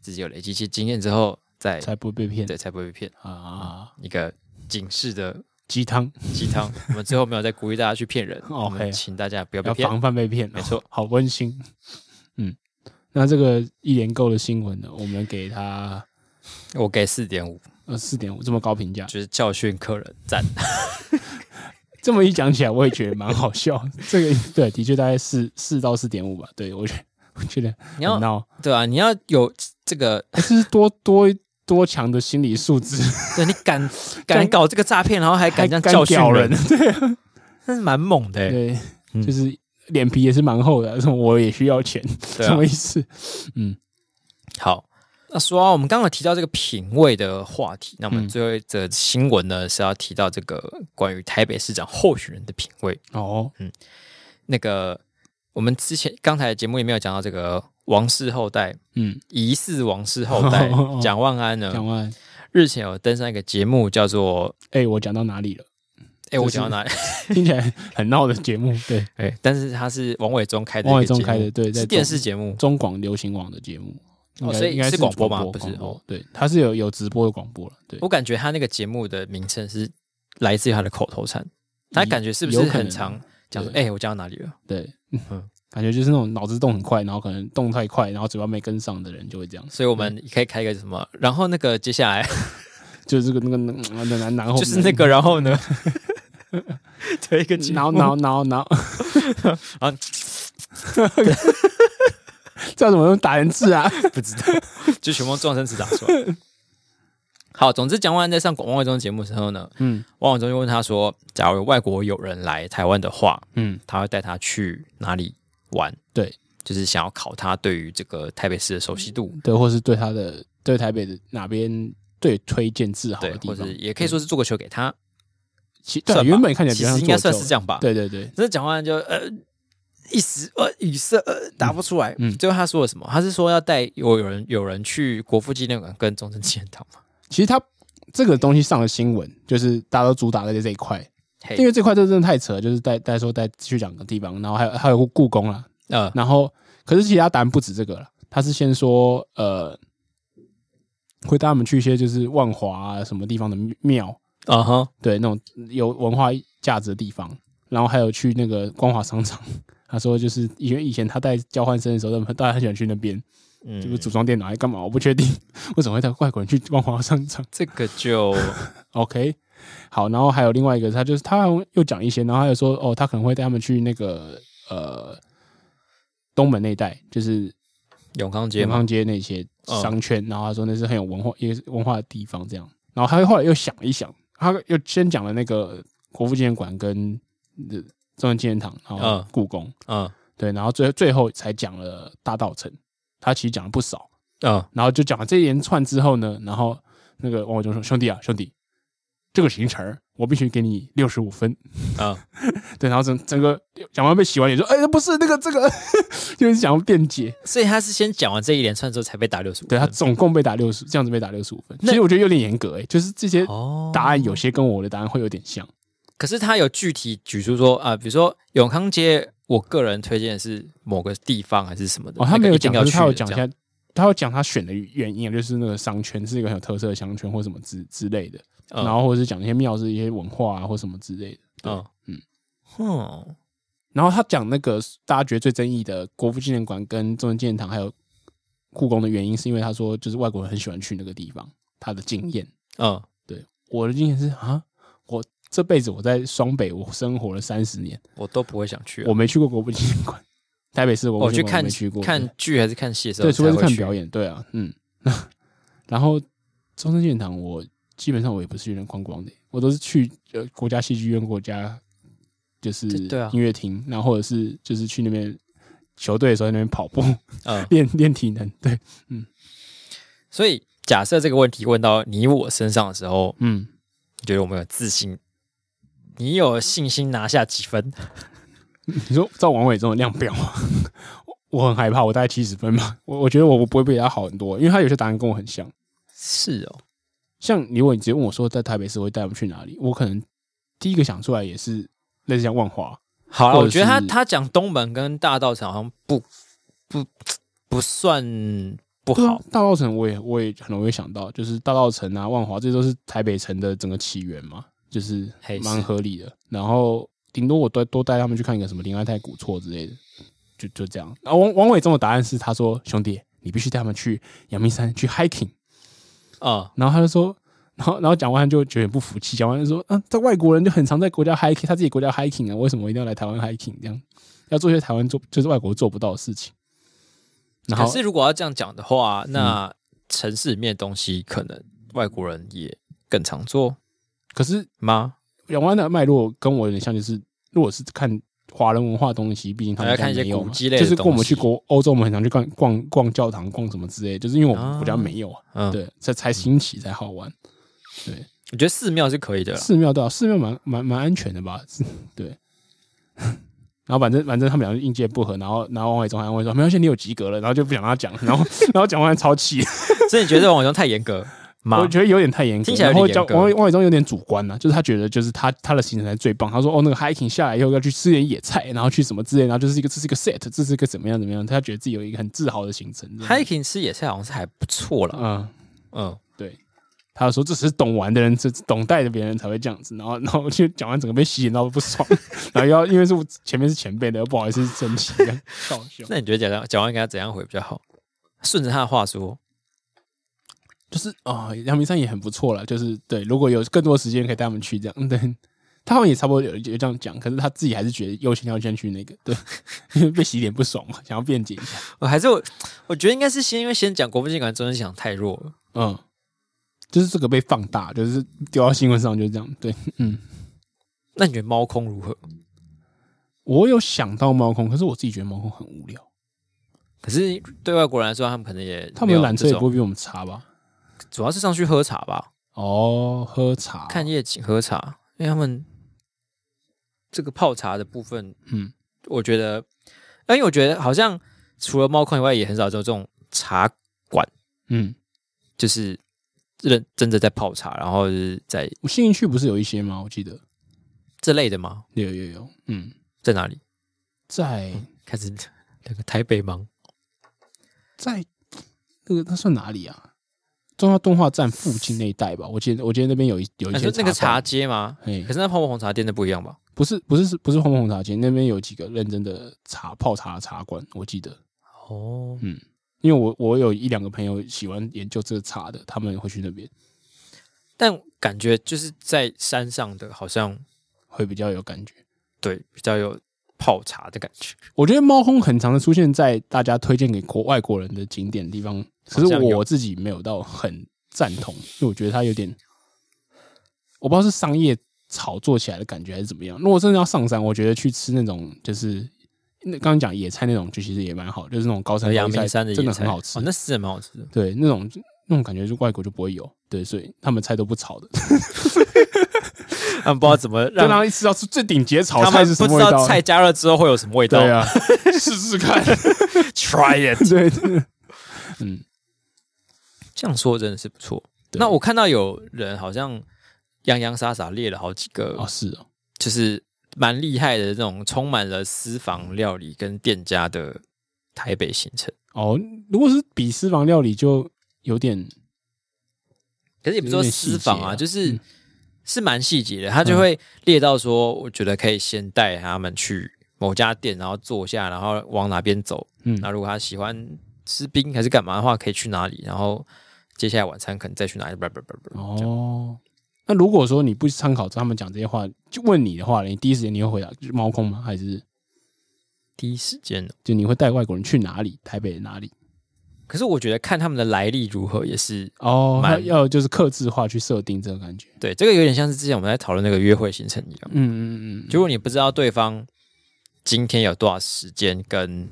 S2: 自己有累积一些经验之后，再
S1: 才不会被骗
S2: 对才不会被骗。
S1: 啊，
S2: 一个警示的
S1: 鸡汤
S2: 鸡汤，我们最后没有再鼓励大家去 骗人
S1: OK
S2: 我们请大家不要被
S1: 哦要
S2: 骗。
S1: 防范被骗，哦
S2: 没错，
S1: 好温馨，嗯，那这个一连购的新闻呢，我们给他
S2: 我给四点五，
S1: 呃四点五这么高评价，
S2: 就是教训客人赞。
S1: 这么一讲起来，我也觉得蛮好笑，这个对，的确大概四四到四点五吧，对我觉得我觉得
S2: 你
S1: 很
S2: 要
S1: 闹，
S2: 对啊，你要有这个，
S1: 哎这是多多多强的心理素质。
S2: 对你 敢敢搞这个诈骗，然后还敢这样教训
S1: 屌，
S2: 对、啊，那是蛮猛的欸、
S1: 对，
S2: 嗯
S1: 就是脸皮也是蛮厚的，什 么我也需要钱，
S2: 对
S1: 什
S2: 啊
S1: 么意思？嗯，
S2: 好，那说啊到我们刚刚有提到这个品味的话题，那我
S1: 嗯
S2: 们最后一则新闻呢是要提到这个关于台北市长候选人的品味。
S1: 哦，
S2: 那个我们之前刚才节目里面有讲到这个王室后代，
S1: 嗯，
S2: 疑似王室后代
S1: 哦
S2: 蒋万安
S1: 讲
S2: 呢，
S1: 完，
S2: 日前有登上一个节目叫做
S1: 哎、我讲到哪里了？
S2: 哎，我
S1: 就是
S2: 讲到哪里？
S1: 听起来很闹的节目，对，
S2: 哎，但是他是王伟忠开的一个节目，
S1: 王伟忠开的，对，在中
S2: 是电视节目，
S1: 中广流行网的节目，
S2: 哦
S1: 应该
S2: 所以
S1: 应该
S2: 是
S1: 广
S2: 广播吗不
S1: 广
S2: 是
S1: 播
S2: 哦
S1: 对，它是有有直播的广播了，对
S2: 我，感觉他那个节目的名称是来自于他的口头禅，他感觉是不是
S1: 有可能啊
S2: 很常讲说，
S1: 对
S2: 哎，我讲到哪里了？
S1: 对，嗯
S2: 嗯。
S1: 感觉就是那种脑子动很快，然后可能动太快，然后嘴巴没跟上的人就会这样，
S2: 所以我们可以开一个什么，然后那个接下来
S1: 就是这个那个那个那然后
S2: 就是 那个，然后呢， 推一个节目
S1: 挠挠挠挠，
S2: 啊，
S1: 这要怎么用打人字啊？
S2: 不知道，就全部撞声词打 出来。好，总之蒋万安在上王伟忠节目的时候呢，
S1: 嗯
S2: 王伟忠就问他说：“假如有外国友人来台湾的话，
S1: 嗯，
S2: 他会带他去哪里玩？”
S1: 对，
S2: 就是想要考他对于这个台北市的熟悉度，
S1: 对，或是对他的对台北的哪边最推荐自豪
S2: 对
S1: 的，地
S2: 或
S1: 方，
S2: 者也可以说是做个球给他，
S1: 其
S2: 算
S1: 对啊
S2: 吧
S1: 原本看起来比
S2: 其
S1: 较像
S2: 实应该算是这
S1: 样，
S2: 样吧。，
S1: 对对对，
S2: 只是蒋万安就呃一时呃语塞呃答不出来。
S1: 嗯嗯
S2: 最后他说了什么？他是说要带有有人有人去国父纪念馆跟中正纪念堂嘛？
S1: 其实他这个东西上了新闻，就是大家都主打在这一块，
S2: 嘿
S1: 因为这块这真的太扯了，就是带带说带去两个地方，然后还有还有故宫啦，
S2: 呃
S1: 然后可是其他答案不止这个了，他是先说呃。会带他们去一些就是万华、啊、什么地方的庙，
S2: 啊哈
S1: 对那种有文化价值的地方，然后还有去那 个光华商场。他说，就是因为以前他带交换生的时候，他们大家很喜欢去那边，
S2: 嗯，
S1: 就是组装电脑还干嘛？我不确定 为什么会带外国人去万华商场。
S2: 这个就
S1: OK，好，然后还有另外一个，他就是他又讲一些，然后还有说哦，他可能会带他们去那个呃东门那一带，就是
S2: 永康街
S1: 永
S2: 嘛
S1: 康，街那些
S2: 嗯
S1: 商圈，然后他说那是很有文化，一个是文化的地方这样。然后他后来又想一想，他又先讲了那个国父纪念馆跟呃中央纪念堂，然后
S2: 嗯
S1: 故宫，
S2: 嗯
S1: 对，然后最最后才讲了大道城，他其实讲了不少。
S2: 嗯，
S1: 然后就讲了这一连串之后呢，然后那个王伟忠说：“兄弟啊，兄弟，这个行程儿我必须给你六十五分。”
S2: 啊，
S1: 对，然后整整个讲完被洗完脸说：“哎、不是那个这个， 就是想要辩解。
S2: 所以他是先讲完这一连串之后才被打六十五，
S1: 对他总共被打六十，这样子被打六十五分。
S2: 那
S1: 其实我觉得有点严格、欸，就是这些
S2: 哦，
S1: 答案有些跟我的答案会有点像。
S2: 可是他有具体举出说啊、比如说永康街，我个人推荐的是某个地方还是什么的，
S1: 哦，他没
S2: 那个
S1: 有
S2: 一定
S1: 讲，
S2: 要
S1: 可是
S2: 去
S1: 他有
S2: 的
S1: 讲一
S2: 这样
S1: 下，他有讲他选的原因，就是那个商圈是一个很有特色的商圈或什么之之类的，
S2: 嗯
S1: 然后或者是讲一些庙是一些文化啊或什么之类的。
S2: 嗯
S1: 嗯
S2: 嗯
S1: 然后他讲那个大家觉得最争议的国父纪念馆跟中正纪念堂还有故宫的原因，是因为他说就是外国人很喜欢去那个地方，他的经验。
S2: 嗯
S1: 对我的经验是啊，我这辈子我在双北我生活了三十年，
S2: 我都不会想去啊、
S1: 我没去过国父纪念馆，台北市的国
S2: 我
S1: 父纪
S2: 去
S1: 念馆
S2: 看
S1: 我没去过，
S2: 看剧还是看戏的时候
S1: 对，除非是
S2: 才会
S1: 看
S2: 去
S1: 表演，对啊，嗯。 然后中正纪念堂我基本上我也不是去那观光的，我都是去呃国家戏剧院、国家就是
S2: 对对啊
S1: 音乐厅，然后或者是就是去那边球队的时候在那边跑步
S2: 嗯，
S1: 练练体能，对，
S2: 所以假设这个问题问到你我身上的时候，
S1: 嗯，
S2: 你觉得我们有自信？你有信心拿下几分？
S1: 你说照王伟这种量表吗？我我很害怕，我大概七十分吧，我我觉得我我不会比他好很多，因为他有些答案跟我很像。
S2: 是哦，
S1: 像你如果你直接问我说在台北市会带我们去哪里，我可能第一个想出来也是类似像万华，
S2: 好了，啊
S1: 或者
S2: 我觉得他
S1: 是
S2: 他讲东门跟大道城好像不不不算不
S1: 对啊
S2: 好，，
S1: 大稻城我也我也很容易想到，就是大稻城啊、万华，这都是台北城的整个起源嘛，就是
S2: 嘿是
S1: 蛮合理的。然后顶多我多多带他们去看一个什么林爱泰古厝之类的，就就这样。然后王王伟忠的答案是，他说兄弟，你必须带他们去阳明山去 hiking。
S2: 嗯
S1: 然后他就说，然后然后讲完就觉得很不服气，讲完就说，嗯、在外国人就很常在国家 hiking，他自己国家 hiking 啊，为什么我一定要来台湾 hiking 这样？要做一些台湾做就是外国做不到的事情。然
S2: 可
S1: 后嗯
S2: 是如果要这样讲的话，那城市里面的东西可能外国人也更常做
S1: 可是
S2: 吗？
S1: 两湾的脉络跟我有点像，就是如果是看华人文化的东西，毕竟他们
S2: 还要看一些
S1: 家没有嘛
S2: 古迹类的
S1: 就是跟我们
S2: 东西
S1: 去国欧洲，我们很常去逛逛逛教堂、逛什么之类，就是因为我们国家没有啊，
S2: 嗯，
S1: 对，这才新奇才好玩。
S2: 我觉得寺庙是可以的啦。
S1: 寺庙对啊，寺庙蛮蛮蛮安全的吧？ 是对。然后反正反正他们俩就应届不合，然后然后王伟忠还安慰说没关系，你有及格了，然后就不想让他讲，然后 然后讲完超气，
S2: 所以你觉得王伟忠太严格吗
S1: 我？觉得有点太严格，
S2: 听起来有
S1: 然后
S2: 点严格
S1: 讲王伟王伟忠有点主观了、就是他觉得就是他他的行程才最棒。他说哦，那个 hiking 下来以后要去吃点野菜，然后去什么之类，然后就是一个这是一个 set，这是一个怎么样怎么样，他觉得自己有一个很自豪的行程。这样
S2: hiking 吃野菜好像是还不错啦。
S1: 嗯，
S2: 嗯，
S1: 对。他就说：“这只是懂玩的人，这懂带的别人才会这样子。”然后，然 后就讲完，整个被吸引到不爽， 然后又要因为是我前面是前辈的，又不好意思生气，这样搞笑。
S2: 那你觉得讲讲完给他怎样回比较好？顺着他的话说，
S1: 就是啊，阳、明山也很不错了。就是对，如果有更多时间可以带他们去这样，嗯对。他好像也差不多有有这样讲，可是他自己还是觉得优先要先去那个，对， 因为被洗脸不爽嘛，想要辩解一下。
S2: 我呃还是我，我觉得应该是先因为先讲国父纪念馆中心讲太弱了。
S1: 嗯，就是这个被放大，就是丢到新闻上就是这样。对
S2: 那你觉得猫空如何？
S1: 我有想到猫空，可是我自己觉得猫空很无聊。
S2: 可是对外国人来说，他们可能也
S1: 他们的
S2: 没有
S1: 缆车也
S2: 这
S1: 不会
S2: 种
S1: 比我们差吧？
S2: 主要是上去喝茶吧，
S1: 哦，喝茶，
S2: 看夜景喝茶，因为他们这个泡茶的部分，
S1: 嗯，
S2: 我觉得，因为我觉得好像除了猫空以外，也很少有这种茶
S1: 嗯，
S2: 就是认真的在泡茶，然后就是在
S1: 我新营区不是有一些吗？我记得
S2: 这类的吗？
S1: 有有有，嗯，
S2: 在哪里？
S1: 在
S2: 开始那个台北吗？
S1: 在那个那算哪里啊？中央动画站附近那一带吧，我记得我记得那边有一有一
S2: 你
S1: 些
S2: 说那个
S1: 哦茶
S2: 茶
S1: 馆，
S2: 街吗？
S1: 嘿
S2: 可是那泡沫红茶店的不一样吧？
S1: 不是不是不是红红茶街，那边有几个认真的茶泡茶的茶馆，我记得，
S2: 哦，
S1: 嗯，因为我我有一两个朋友喜欢研究这个茶的，他们会去那边
S2: 但感觉就是在山上的，好像
S1: 会比较有感觉。
S2: 对比较有泡茶的感觉。
S1: 我觉得猫空很常的出现在大家推荐给国外国人的景点地方，可是
S2: 好像有
S1: 我自己没有到很赞同，因为我觉得它有点，我不知道是商业炒作起来的感觉还是怎么样。如果真的要上山，我觉得去吃那种就是那刚刚讲野菜那种，就其实也蛮好，就是那种高山
S2: 阳
S1: 高
S2: 明
S1: 丽
S2: 山的野菜
S1: 真的很好吃
S2: 哦，，那是真的蛮好 吃的。
S1: 对，那种那种感觉是外国就不会有，对，所以他们菜都不炒的，
S2: 啊他们不知道怎么
S1: 让
S2: 让
S1: 他 一吃到是最顶级的炒
S2: 他
S1: 菜
S2: 们
S1: 是什
S2: 不
S1: 么
S2: 知
S1: 味
S2: 道
S1: 道？
S2: 菜加热之后会有什么味道。
S1: 对啊，试试看，
S2: ，Try it。
S1: 对，对嗯，
S2: 这样说真的是不错。
S1: 对
S2: 那我看到有人好像洋洋洒洒列了好几个，
S1: 哦是哦，
S2: 就是蛮厉害的这种充满了私房料理跟店家的台北行程。
S1: 哦，如果是比私房料理就有点
S2: 可是也不是说私房啊，
S1: 有点细节啊嗯
S2: 就是、是蛮细节的。他就会列到说，我觉得可以先带他们去某家店，然后坐下，然后往哪边走。
S1: 嗯
S2: 那如果他喜欢吃冰还是干嘛的话，可以去哪里？然后接下来晚餐可能再去哪里？不不不不，这样
S1: 哦。那如果说你不参考他们讲这些话，就问你的话，你第一时间你会回答就是猫空吗？还是
S2: 第一时间哦
S1: 就你会带外国人去哪里？台北的哪里？
S2: 可是我觉得看他们的来历如何也是
S1: 哦，那
S2: 蛮
S1: 要就是克制化去设定这个感觉。
S2: 对，这个有点像是之前我们在讨论那个约会行程一样。
S1: 嗯嗯嗯，
S2: 如果你不知道对方今天有多少时间跟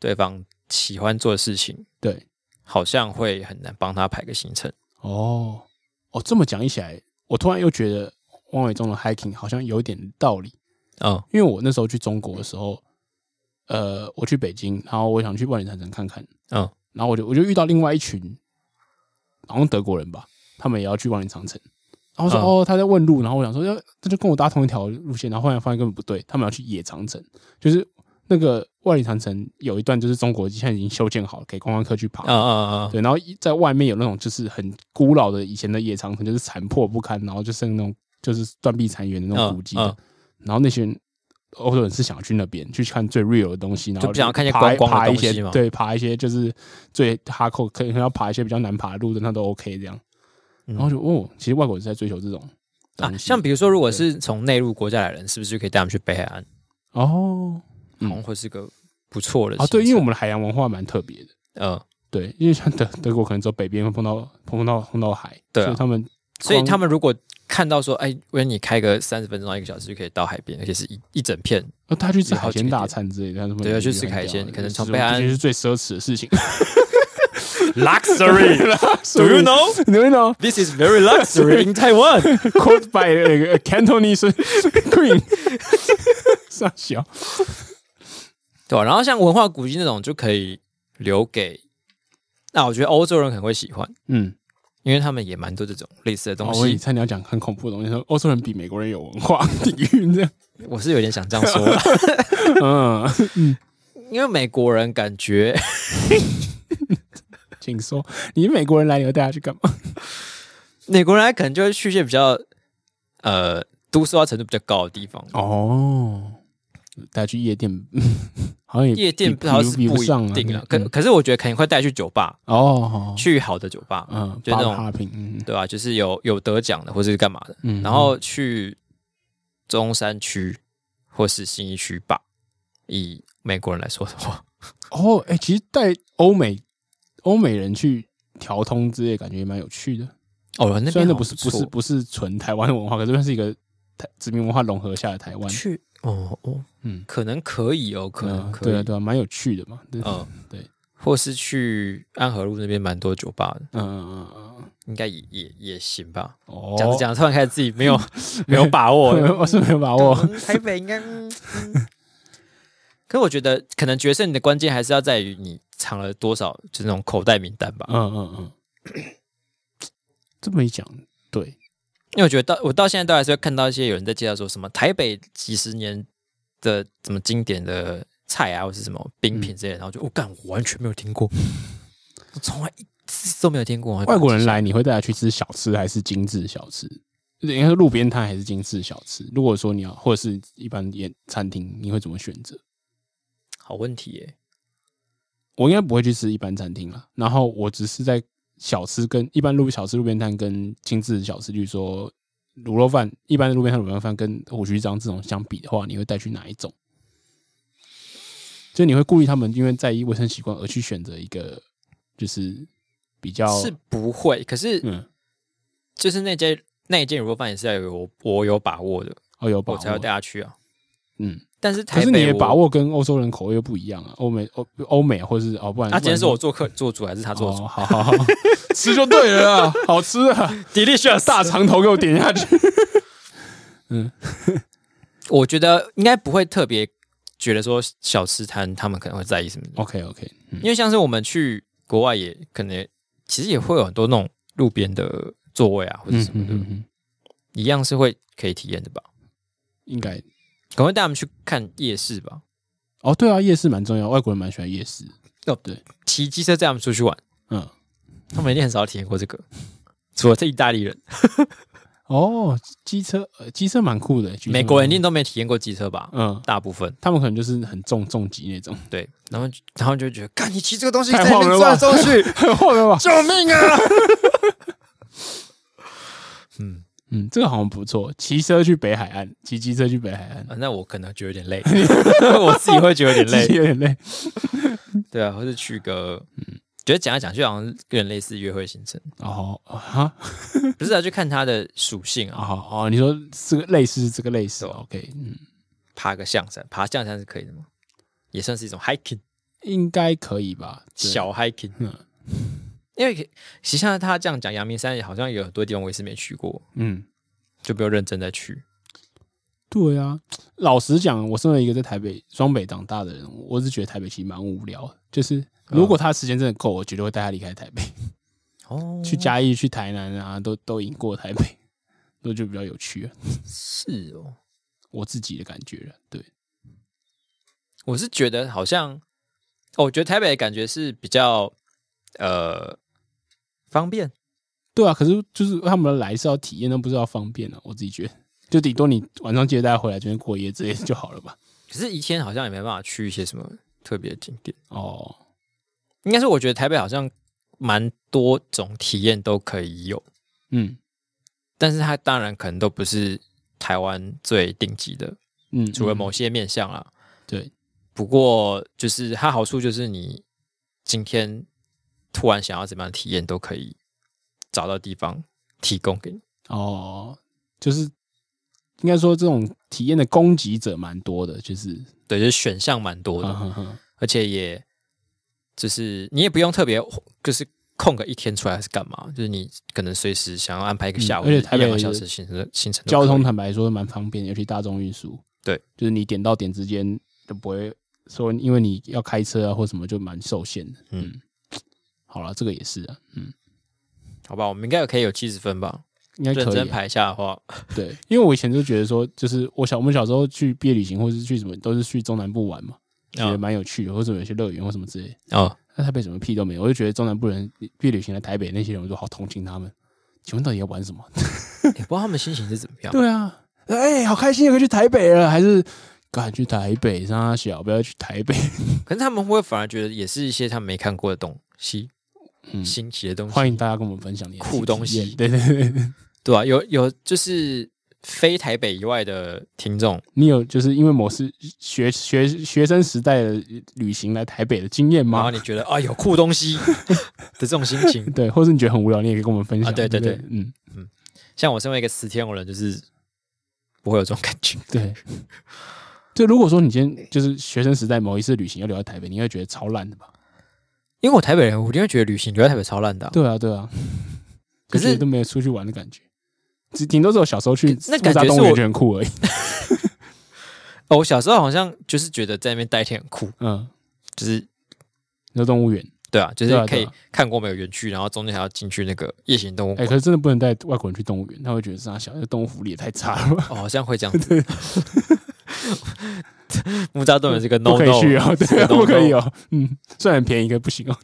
S2: 对方喜欢做的事情，
S1: 对。
S2: 好像会很难帮他排个行程。
S1: 哦哦，这么讲一起来，我突然又觉得汪伟忠的 hiking 好像有一点道理。
S2: 嗯
S1: 因为我那时候去中国的时候，呃，我去北京，然后我想去万里长城看看，
S2: 嗯，
S1: 然后我就我就遇到另外一群，好像德国人吧，他们也要去万里长城。然后说、
S2: 嗯
S1: 哦，他在问路，然后我想说要这就跟我搭同一条路线，然后后来发现根本不对，他们要去野长城，就是那个万里长城有一段就是中国现在已经修建好了，给观光客去爬。
S2: 嗯嗯嗯嗯，
S1: 对，然后一在外面有那种就是很古老的以前的野长城，就是残破不堪，然后就剩那种就是断壁残垣的那种
S2: 嗯
S1: 古迹的
S2: 嗯
S1: 然后那些人欧洲人是想要去那边去看最 real 的东西，然后
S2: 就不想要看见
S1: 爬
S2: 观光的
S1: 爬一
S2: 东西
S1: 些
S2: 嘛
S1: 对，爬一些就是最哈扣，可能要爬一些比较难爬的路的，那都 OK 这样。
S2: 嗯
S1: 然后就哦，其实外国人是在追求这种东
S2: 啊，
S1: 西，
S2: 像比如说，如果是从内陆国家来的人，是不是就可以带他们去北海岸？
S1: 哦
S2: 好
S1: 嗯
S2: 像会是个不错的
S1: 啊，对，因为我
S2: 为
S1: 们的海洋文化蛮特别的，
S2: 嗯，
S1: 对，因为像德德国可能走北边会碰到碰到碰到海，
S2: 对啊
S1: 所以他们
S2: 所以他们如果看到说，哎，为你开个三十分钟到一个小时就可以到海边，而且是一一整片，
S1: 哦，他去吃
S2: 有好
S1: 海
S2: 几
S1: 鲜
S2: 个
S1: 大
S2: 点
S1: 餐之类的，他们
S2: 对啊
S1: 感觉
S2: 去吃
S1: 很
S2: 海
S1: 屌
S2: 鲜
S1: 的
S2: 可能
S1: 这
S2: 从
S1: 种
S2: 北
S1: 这
S2: 岸
S1: 些是最奢侈的事情。
S2: Luxury. Do you know?
S1: you know
S2: This is very luxury in Taiwan.
S1: quote by 那个 Cantonese Queen？傻小
S2: 对、啊，然后像文化古迹那种就可以留给，那我觉得欧洲人很会喜欢，
S1: 嗯，
S2: 因为他们也蛮多这种类似的东
S1: 哦我以
S2: 西。
S1: 为你要讲很恐怖的东西，说欧洲人比美国人有文化 底蕴这样。
S2: 我是有点想这样说啦，
S1: 嗯，
S2: 因为美国人感觉
S1: 请说，你美国人来，你会带他去干嘛？
S2: 美国人他可能就会去一些比较呃都市化程度比较高的地方，
S1: 哦， 带他去夜店，嗯好像也
S2: 夜店
S1: 比
S2: 好像是
S1: 比比
S2: 不
S1: 不上
S2: 一定啊了。可
S1: 嗯
S2: 可是我觉得可能会带去酒吧，
S1: 哦，好
S2: 去好的酒吧，
S1: 嗯，
S2: 就那
S1: 巴
S2: 种
S1: 哈平，嗯
S2: 对吧、就是有有得奖的或是干嘛的，
S1: 嗯，
S2: 然后去中山区或是信义区吧。以美国人来说的话，
S1: 哦，哎、其实带欧美欧美人去调通之类，感觉也蛮有趣的。
S2: 哦，那边
S1: 虽然那
S2: 好
S1: 不是不
S2: 错
S1: 是不是纯台湾文化，可是算是一个台殖民文化融合下的台湾，
S2: 去哦哦，
S1: 嗯，
S2: 可能可以哦，可能
S1: 嗯
S2: 可
S1: 对啊
S2: 以，
S1: 对啊，蛮有趣的嘛。对嗯
S2: 嗯，
S1: 对，
S2: 或是去安和路那边蛮多酒吧的，
S1: 嗯嗯嗯嗯，
S2: 应该也也也行吧。
S1: 哦，
S2: 讲着 讲着，突然开始自己没有 没有把握了。
S1: 我我是没有把握。
S2: 嗯台北应该，嗯嗯可我觉得可能决胜的关键还是要在于你藏了多少，就是那种口袋名单吧。
S1: 嗯嗯嗯，这么一讲，对，
S2: 因为我觉得到我到现在都还是会看到一些有人在介绍说什么台北几十年的什么经典的菜啊，或是什么冰品之类的，然后就我干、我完全没有 听过，我从来一次都没有听过。
S1: 外国人来，你会带他去吃小吃还是精致小吃？应该是路边摊还是精致小吃？如果说你要，或者是一般也餐厅，你会怎么选择？
S2: 好问题耶、
S1: 我应该不会去吃一般餐厅了。然后我只是在小吃跟一般路小吃路边摊跟精致小吃，例如说卤肉饭，一般的路边摊卤肉饭跟虎须章这种相比的话，你会带去哪一种？就你会顾虑他们因为在意卫生习惯而去选择一个就是比较
S2: 是不会，可是
S1: 嗯
S2: 就是那间那一间卤肉饭也是要有我我有把握的，
S1: 哦有把
S2: 我才要
S1: 握
S2: 带，他去啊。
S1: 嗯，
S2: 但是台
S1: 可
S2: 北
S1: 是你的
S2: 我
S1: 把握跟欧洲人口味又不一样啊，欧美欧欧美或是哦不然
S2: 啊，今天是
S1: 不然
S2: 我做客做主还是他做
S1: 哦，
S2: 主
S1: 好好好， 吃就对了啊，好吃啊，
S2: ？Delicious，
S1: 大肠头给我点下去。
S2: 我觉得应该不会特别觉得说小吃摊他们可能会在意什么，
S1: OK OK，嗯
S2: 因为像是我们去国外也可能其实也会有很多那种路边的座位啊或者
S1: 嗯
S2: 什么
S1: 嗯
S2: 的，
S1: 嗯嗯，
S2: 一样是会可以体验的吧。
S1: 应该
S2: 可能会带他们去看夜市吧，
S1: 哦，对啊，夜市蛮重要，外国人蛮喜欢夜市。
S2: 骑机车带他们出去玩，
S1: 嗯，
S2: 他们一定很少体验过这个，除了这意大利人，
S1: 哦，机车，呃机车蛮酷的，机车蛮
S2: 美国人一
S1: 酷
S2: 定都没体验过机车吧，
S1: 的嗯，
S2: 大部分
S1: 他们可能就是很重重疾那 种，
S2: 对，然后然后就觉得，看你骑这个东西
S1: 太
S2: 在那
S1: 晃了
S2: 边
S1: 吧
S2: 转来 转去，
S1: 很厚的吧？
S2: 救命啊！ 嗯、
S1: 嗯，这个好像不错，骑车去北海岸，骑机车去北海岸，
S2: 啊那我可能觉得有点 累，我自己会觉得有点
S1: 自己
S2: 累。
S1: 有点累。
S2: 对啊，或者去个，嗯觉得讲来讲去好像有点类似约会行程，
S1: 哦哈，
S2: 不是啊，就看它的属性啊，
S1: 哦哦，你说这个类似这个类似
S2: 对啊
S1: ，OK，嗯，
S2: 爬个象山，爬象山是可以的吗？也算是一种 hiking，
S1: 应该可以吧？对
S2: 小 hiking。
S1: 嗯
S2: 因为其实像他这样讲，阳明山好像有很多地方我也是没去过，
S1: 嗯，
S2: 就不用认真再去。
S1: 对啊，老实讲，我身为一个在台北双北长大的人，我只觉得台北其实蛮无聊的。就是如果他时间真的够，我绝对会带他离开台北，
S2: 哦，
S1: 去嘉义、去台南啊，都都赢过台北， 那就比较有趣了。
S2: 是哦，
S1: 我自己的感觉了，对，
S2: 我是觉得好像，哦，我觉得台北的感觉是比较呃方便，
S1: 对啊。可是就是他们来是要体验，那不是要方便啊。我自己觉得，就顶多你晚上接大家回来这边过夜之类的就好了吧。
S2: 可是一天好像也没办法去一些什么特别的景点。
S1: 哦，
S2: 应该是我觉得台北好像蛮多种体验都可以有，
S1: 嗯
S2: 但是它当然可能都不是台湾最顶级的，
S1: 嗯，
S2: 除了
S1: 嗯
S2: 某些面向啦。
S1: 对，
S2: 不过就是它好处就是你今天突然想要怎么样的体验都可以找到地方提供给你。
S1: 哦，就是应该说这种体验的攻击者蛮多的，就是，
S2: 对，就是选项蛮多的，
S1: 嗯哼哼
S2: 而且也就是你也不用特别就是空个一天出来是干嘛，就是你可能随时想要安排一个下午，
S1: 嗯而且台北
S2: 一两个小时行程的行程都可
S1: 交
S2: 以
S1: 通坦白说蛮方便，尤其大众运输。
S2: 对，
S1: 就是你点到点之间都不会说，因为你要开车啊或什么就蛮受限的。
S2: 嗯，
S1: 好了，这个也是啊，嗯，
S2: 好吧，我们应该有可以有七十分吧，
S1: 应该
S2: 认
S1: 可
S2: 真
S1: 以啊、
S2: 排一下的 话，
S1: 对，因为我以前就觉得说，就是我小我们小时候去毕业旅行或是去什么，都是去中南部玩嘛，觉得
S2: 嗯
S1: 蛮有趣的，或者有些乐园或什么之类的。
S2: 哦，
S1: 那台北什么屁都没有，我就觉得中南部人毕业旅行来台北那些人，我就好同情他们。请问到底要玩什么？
S2: 也不知道他们心情是怎么样。
S1: 对啊，哎、好开心，可以去台北了，还是敢去台北？让他小，不要去台 北。
S2: 可是他们会不会反而觉得也是一些他们没看过的东西，
S1: 嗯
S2: 新奇的东西，
S1: 欢迎大家跟我们分享你的
S2: 酷东西
S1: 体验对对 对，
S2: 对啊，有有就是非台北以外的听众，
S1: 你有就是因为某次学学学生时代的旅行来台北的经验
S2: 然
S1: 吗？
S2: 后你觉得啊有酷东 西的这种心情，
S1: 对，或是你觉得很无聊，你也可以跟我们分享。
S2: 啊对
S1: 对
S2: 对
S1: 不
S2: 对，
S1: 嗯，
S2: 像我身为一个十天偶人，就是不会有这种感觉。
S1: 对。 就如果说你今天就是学生时代某一次旅行要留在台北，你会觉得超烂的吧？
S2: 因为我台北人，我一定会觉得旅行留在台北超烂的啊、
S1: 对啊，对啊。
S2: 可是
S1: 就觉得都没有出去玩的感觉，只顶多只有小时候去
S2: 可那感觉
S1: 复杂动
S2: 是
S1: 物园
S2: 我
S1: 觉得很酷而已。
S2: 哦，我小时候好像就是觉得在那边待天很酷，
S1: 嗯，
S2: 就是
S1: 你说动物园，
S2: 对啊，就是
S1: 对啊
S2: 可
S1: 对
S2: 以
S1: 啊
S2: 看过每个园区，然后中间还要进去那个夜行动物
S1: 哎、
S2: 馆。
S1: 可是真的不能带外国人去动物园，他会觉得是他啊小，这动物福利也太差了吧，
S2: 哦，好像会这样 子。 木栅动物园是个 no
S1: 不可
S2: no，
S1: 以去哦，对啊，
S2: no,
S1: 不可以
S2: no
S1: 哦，嗯，虽然很便宜，可不行哦，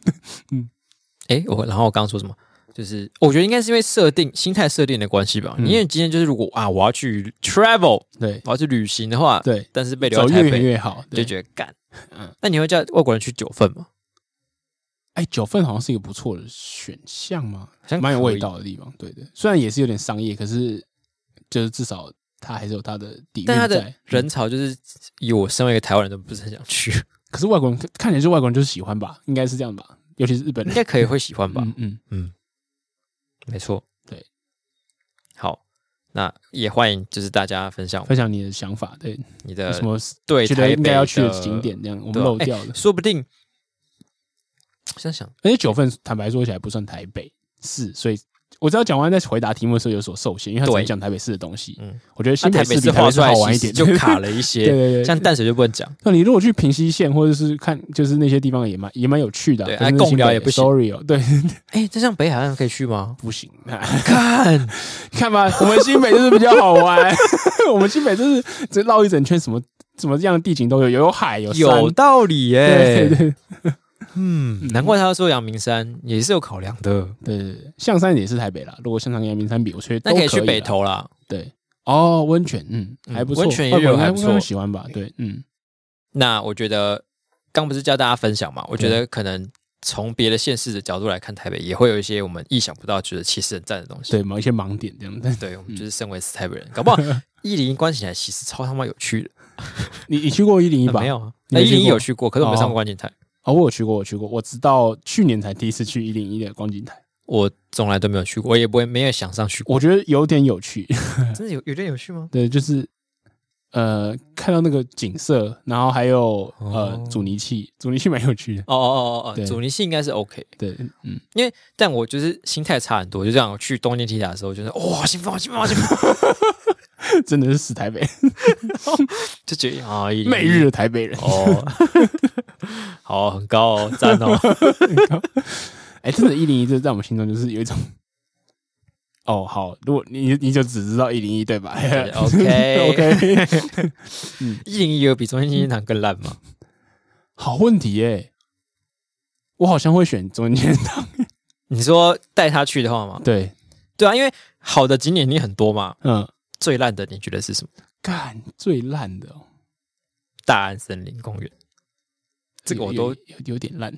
S2: 诶，我然后我刚刚说什么？就是我觉得应该是因为设定心态设定的关系吧。
S1: 嗯
S2: 因为今天就是如果啊，我要去 travel，
S1: 对
S2: 我要去旅行的话，
S1: 对，
S2: 但是被留
S1: 走
S2: 在台
S1: 越远
S2: 北，
S1: 越好，
S2: 就
S1: 对，
S2: 觉得干
S1: 嗯。
S2: 那你会叫外国人去九份吗？
S1: 哎，九份好像是一个不错的选项嘛
S2: 好像，
S1: 蛮有
S2: 可
S1: 味
S2: 以
S1: 道的地方。对的，虽然也是有点商业，可是就是至少它还是有它的底蕴
S2: 但
S1: 在。嗯
S2: 它的人潮就是以我身为一个台湾人，都不是很想去，
S1: 可是外国人看看起来是外国人就是喜欢吧，应该是这样吧，尤其是日本
S2: 应
S1: 人
S2: 该可以会喜欢吧？
S1: 嗯嗯，
S2: 没错，
S1: 对。
S2: 好，那也欢迎就是大家分享
S1: 分享你的想法，对，
S2: 你
S1: 有
S2: 的
S1: 什么
S2: 对
S1: 觉
S2: 呃台
S1: 得
S2: 北
S1: 应该要去
S2: 的
S1: 的景，点，这样我们
S2: 对啊
S1: 漏
S2: 哎
S1: 掉的。
S2: 说不定。想啊想，
S1: 而且九份坦白说起来不算台北市，所以我只要讲完在回答题目的时候有所受限，因为他只能
S2: 对
S1: 讲台北市的东西。
S2: 嗯
S1: 我觉得
S2: 那
S1: 新
S2: 台
S1: 市
S2: 北
S1: 比
S2: 市
S1: 台北
S2: 画
S1: 市
S2: 出
S1: 好
S2: 来
S1: 玩一
S2: 其
S1: 点，
S2: 实就卡了
S1: 对。对
S2: 一 些，
S1: 对对，
S2: 像淡水就不能讲，
S1: 那你如果去平西县，或者是看就是那些地方也蛮也蛮有趣的、啊，
S2: 对
S1: 可是
S2: 哎
S1: 那是
S2: 贡寮
S1: 新北
S2: 也不行
S1: ，sorry 哦，对，
S2: 哎，这像北海岸可以去 吗？
S1: 不行，
S2: 看，
S1: 看吧，我们新北就是比较好玩，我们新北就是这绕一整圈，什么什么样的地景都有，有海有山，
S2: 有道理耶、
S1: 对对对
S2: 嗯，难怪他说阳明山也是有考量的，
S1: 对对对，象山也是台北啦，如果象山跟阳明山比，我觉得
S2: 那
S1: 都
S2: 可
S1: 以
S2: 以去
S1: 啦
S2: 北，投啦。
S1: 对，哦，温泉，嗯，
S2: 嗯
S1: 还不错，
S2: 温泉也
S1: 外国
S2: 有
S1: 人
S2: 还
S1: 应
S2: 不
S1: 该会
S2: 错
S1: 喜欢吧？对，嗯，
S2: 那我觉得刚不是教大家分享嘛，我觉
S1: 嗯
S2: 得可能从别的县市的角度来看，台北也会有一些我们意想不到，觉得其实很赞的东西。
S1: 对，某一些盲点这样，但
S2: 对，我们就是身为台北人， 搞不好一零一关起来其实超他妈有趣的。
S1: 你你去过一零一
S2: 啊
S1: 吧？
S2: 没有啊，
S1: 你
S2: 那
S1: 没
S2: 一零一
S1: 去过
S2: 有去过，可是我没上过观景台，
S1: 哦，我有去过，我有去过，我直到去年才第一次去一零一的观景台，
S2: 我从来都没有去过，我也不会没有想上去过。
S1: 我觉得有点有趣，
S2: 真的有有点有趣吗？
S1: 对，就是呃，看到那个景色，然后还有呃
S2: 哦
S1: 阻尼器，阻尼器蛮有趣的。
S2: 哦哦哦哦
S1: 对
S2: 哦，阻尼系应该是 OK，
S1: 对，嗯，
S2: 但我就是心态差很多，就这样我去东京铁塔的时候，就是哇兴奋兴奋兴奋，
S1: 真的是死台北人，
S2: 就觉得啊101
S1: 媚日的台北人。
S2: 哦，好很高哦，赞哦。
S1: 哎、真的，一零一这在我们心中就是有一种，哦，好，如果你你就只知道一零 一对吧
S2: 哦 OK
S1: OK，
S2: 一零一有比中心纪念堂更烂吗？
S1: 好问题耶、我好像会选中间档，
S2: 你说带他去的话吗？
S1: 对，
S2: 对啊，因为好的景点你很多嘛，
S1: 嗯，
S2: 最烂的你觉得是什么？
S1: 干最烂的、哦，
S2: 大安森林公园，这个我
S1: 有
S2: 都
S1: 有有点烂。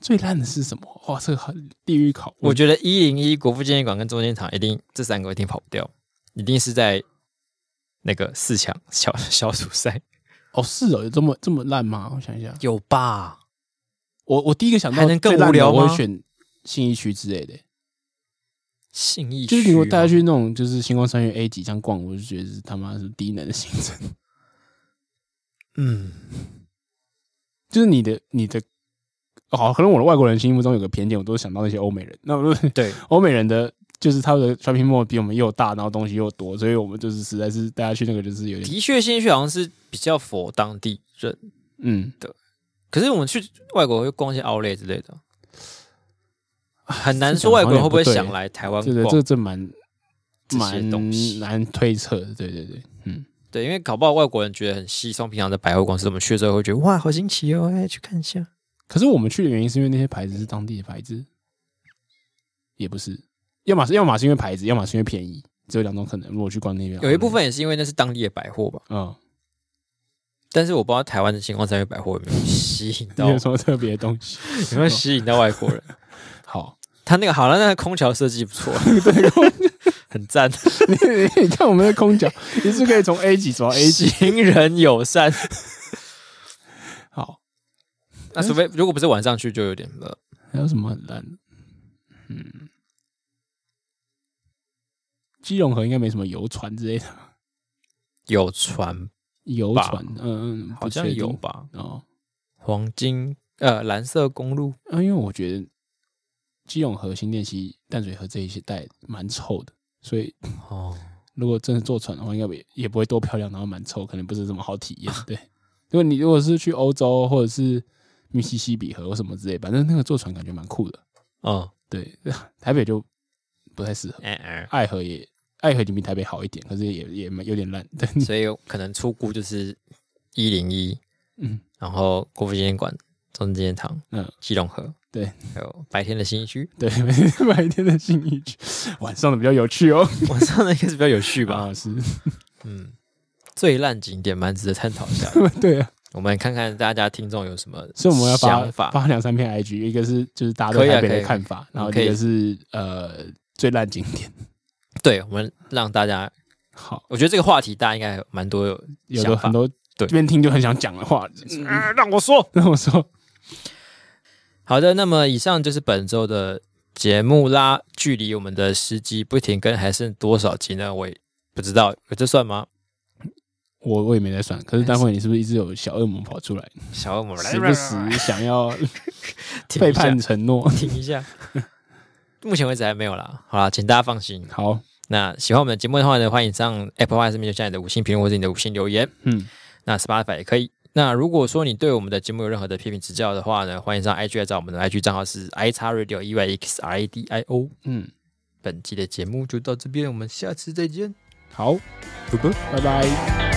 S1: 最烂的是什么？哇，这个很地狱考，
S2: 我觉得一零一国父纪念馆跟中间堂一定这三个一定跑不掉，一定是在那个四强小小组赛
S1: 哦，是哦，有这么这么烂吗？我想一下，
S2: 有吧？
S1: 我我第一个想到
S2: 还能更
S1: 最烂的
S2: 无聊吗
S1: 我会选信义区之类的，
S2: 信义
S1: 就是
S2: 区
S1: 如果大家
S2: 吗
S1: 去那种就是星光三月 A 几这样逛，我就觉得是他妈是低能的行程。
S2: 嗯，
S1: 就是你的你的，哦好，可能我的外国人心目中有个偏见，我都想到那些欧美人。那我就
S2: 对，
S1: 欧美人的就是他们的 shopping mall 比我们又大，然后东西又多，所以我们就是实在是大家去那个就是有点
S2: 的确信义区好像是比较佛当地人，
S1: 嗯，
S2: 可是我们去外国会逛一些 Outlet 之类的，很难
S1: 这
S2: 说
S1: 讲
S2: 外国人
S1: 好
S2: 会
S1: 像也不对
S2: 不会想来台湾
S1: 这个
S2: 逛
S1: 这。这蛮
S2: 这些东西
S1: 蛮难推测的，对对对，嗯。
S2: 对，因为搞不好外国人觉得很稀松平常的百货公司，我们去的时候会觉得哇，好新奇哦，哎，去看一下。
S1: 可是我们去的原因是因为那些牌子是当地的牌子，也不是，要么是要么是因为牌子，要么是因为便宜，只有两种可能。如果去逛那边，
S2: 有一部分哦也是因为那是当地的百货吧，
S1: 嗯，
S2: 但是我不知道台湾的星光三月百货有没有吸引到
S1: 没，有什么特别的东西。 嗯
S2: 有没有吸引到外 国人？
S1: 好，
S2: 他那个好了，那个空调设计不错，很赞，
S1: 你你看我们的空脚也是可以从 A 级走到 A 级。
S2: 行人友善。
S1: 好，
S2: 那除非如果不是晚上去，就有点了。
S1: 还有什么很烂的？嗯，基隆河应该没什么游船之类的，
S2: 有船
S1: 游
S2: 吧
S1: 船，嗯嗯，
S2: 好像
S1: 不确定
S2: 有吧？
S1: 哦。
S2: 黄金呃蓝色公路
S1: 啊，因为我觉得基隆河、新店溪、淡水河这一些带蛮臭的，所以
S2: 哦，
S1: 如果真的坐船的话，应该也也不会多漂亮，然后蛮臭，可能不是什么好体验。 对，如果你如果是去欧洲或者是密西西比河或什么之类，反正那个坐船感觉蛮酷的。
S2: 嗯，
S1: 对， 台北就不太适合，
S2: 哎哎，
S1: 爱河也爱河已经比台北好一点，可是也也蛮有点烂。对，
S2: 所以可能出估就是一零一，
S1: 嗯，
S2: 然后国父纪念馆、中正纪念堂、
S1: 嗯
S2: 嗯，基隆河，
S1: 对，
S2: 还有白天的新一区，
S1: 对， 白天的信义区，晚上的比较有趣哦。
S2: 晚上的应该是比较有趣吧？
S1: 啊，是，
S2: 嗯，最烂景点蛮值得探讨一下的。
S1: 对啊，
S2: 我们看看大家听众有什么
S1: 所以我们要
S2: 想
S1: 发
S2: 法。
S1: 发两三篇 IG，一个是就是大家对
S2: 可以啊
S1: 台北
S2: 可以
S1: 的看法，然后
S2: 可以
S1: 一个是呃最烂景点。
S2: 对，我们让大家，
S1: 好，
S2: 我觉得这个话题大家应该有蛮多有
S1: 有
S2: 想
S1: 的
S2: 法
S1: 很多这
S2: 对
S1: 边听就很想讲的话，就是啊让我说， 让我说，
S2: 好的，那么以上就是本周的节目啦。距离我们的十集不停更还剩多少集呢？我也不知道，有这算吗？
S1: 我我也没在算。可是待会你是不是一直有小恶魔跑出来，
S2: 小恶魔来
S1: 时不时想要
S2: 停
S1: 背
S2: 一下
S1: 叛承诺？
S2: 停一下。 目前为止还没有啦，好啦，请大家放心。
S1: 好，
S2: 那喜欢我们的节目的话呢，欢迎上 Apple Podcast 上面留下你的五星评论或者你的五星留言。
S1: 嗯，
S2: 那 Spotify 也可以。那如果说你对我们的节目有任何的批评指教的话呢，欢迎上 IG 来找我们的 IG 账号是 i x radio e y x r a d i o。
S1: 嗯，
S2: 本期的节目就到这边，我们下次再见，
S1: 好，
S2: 拜拜。
S1: 拜拜。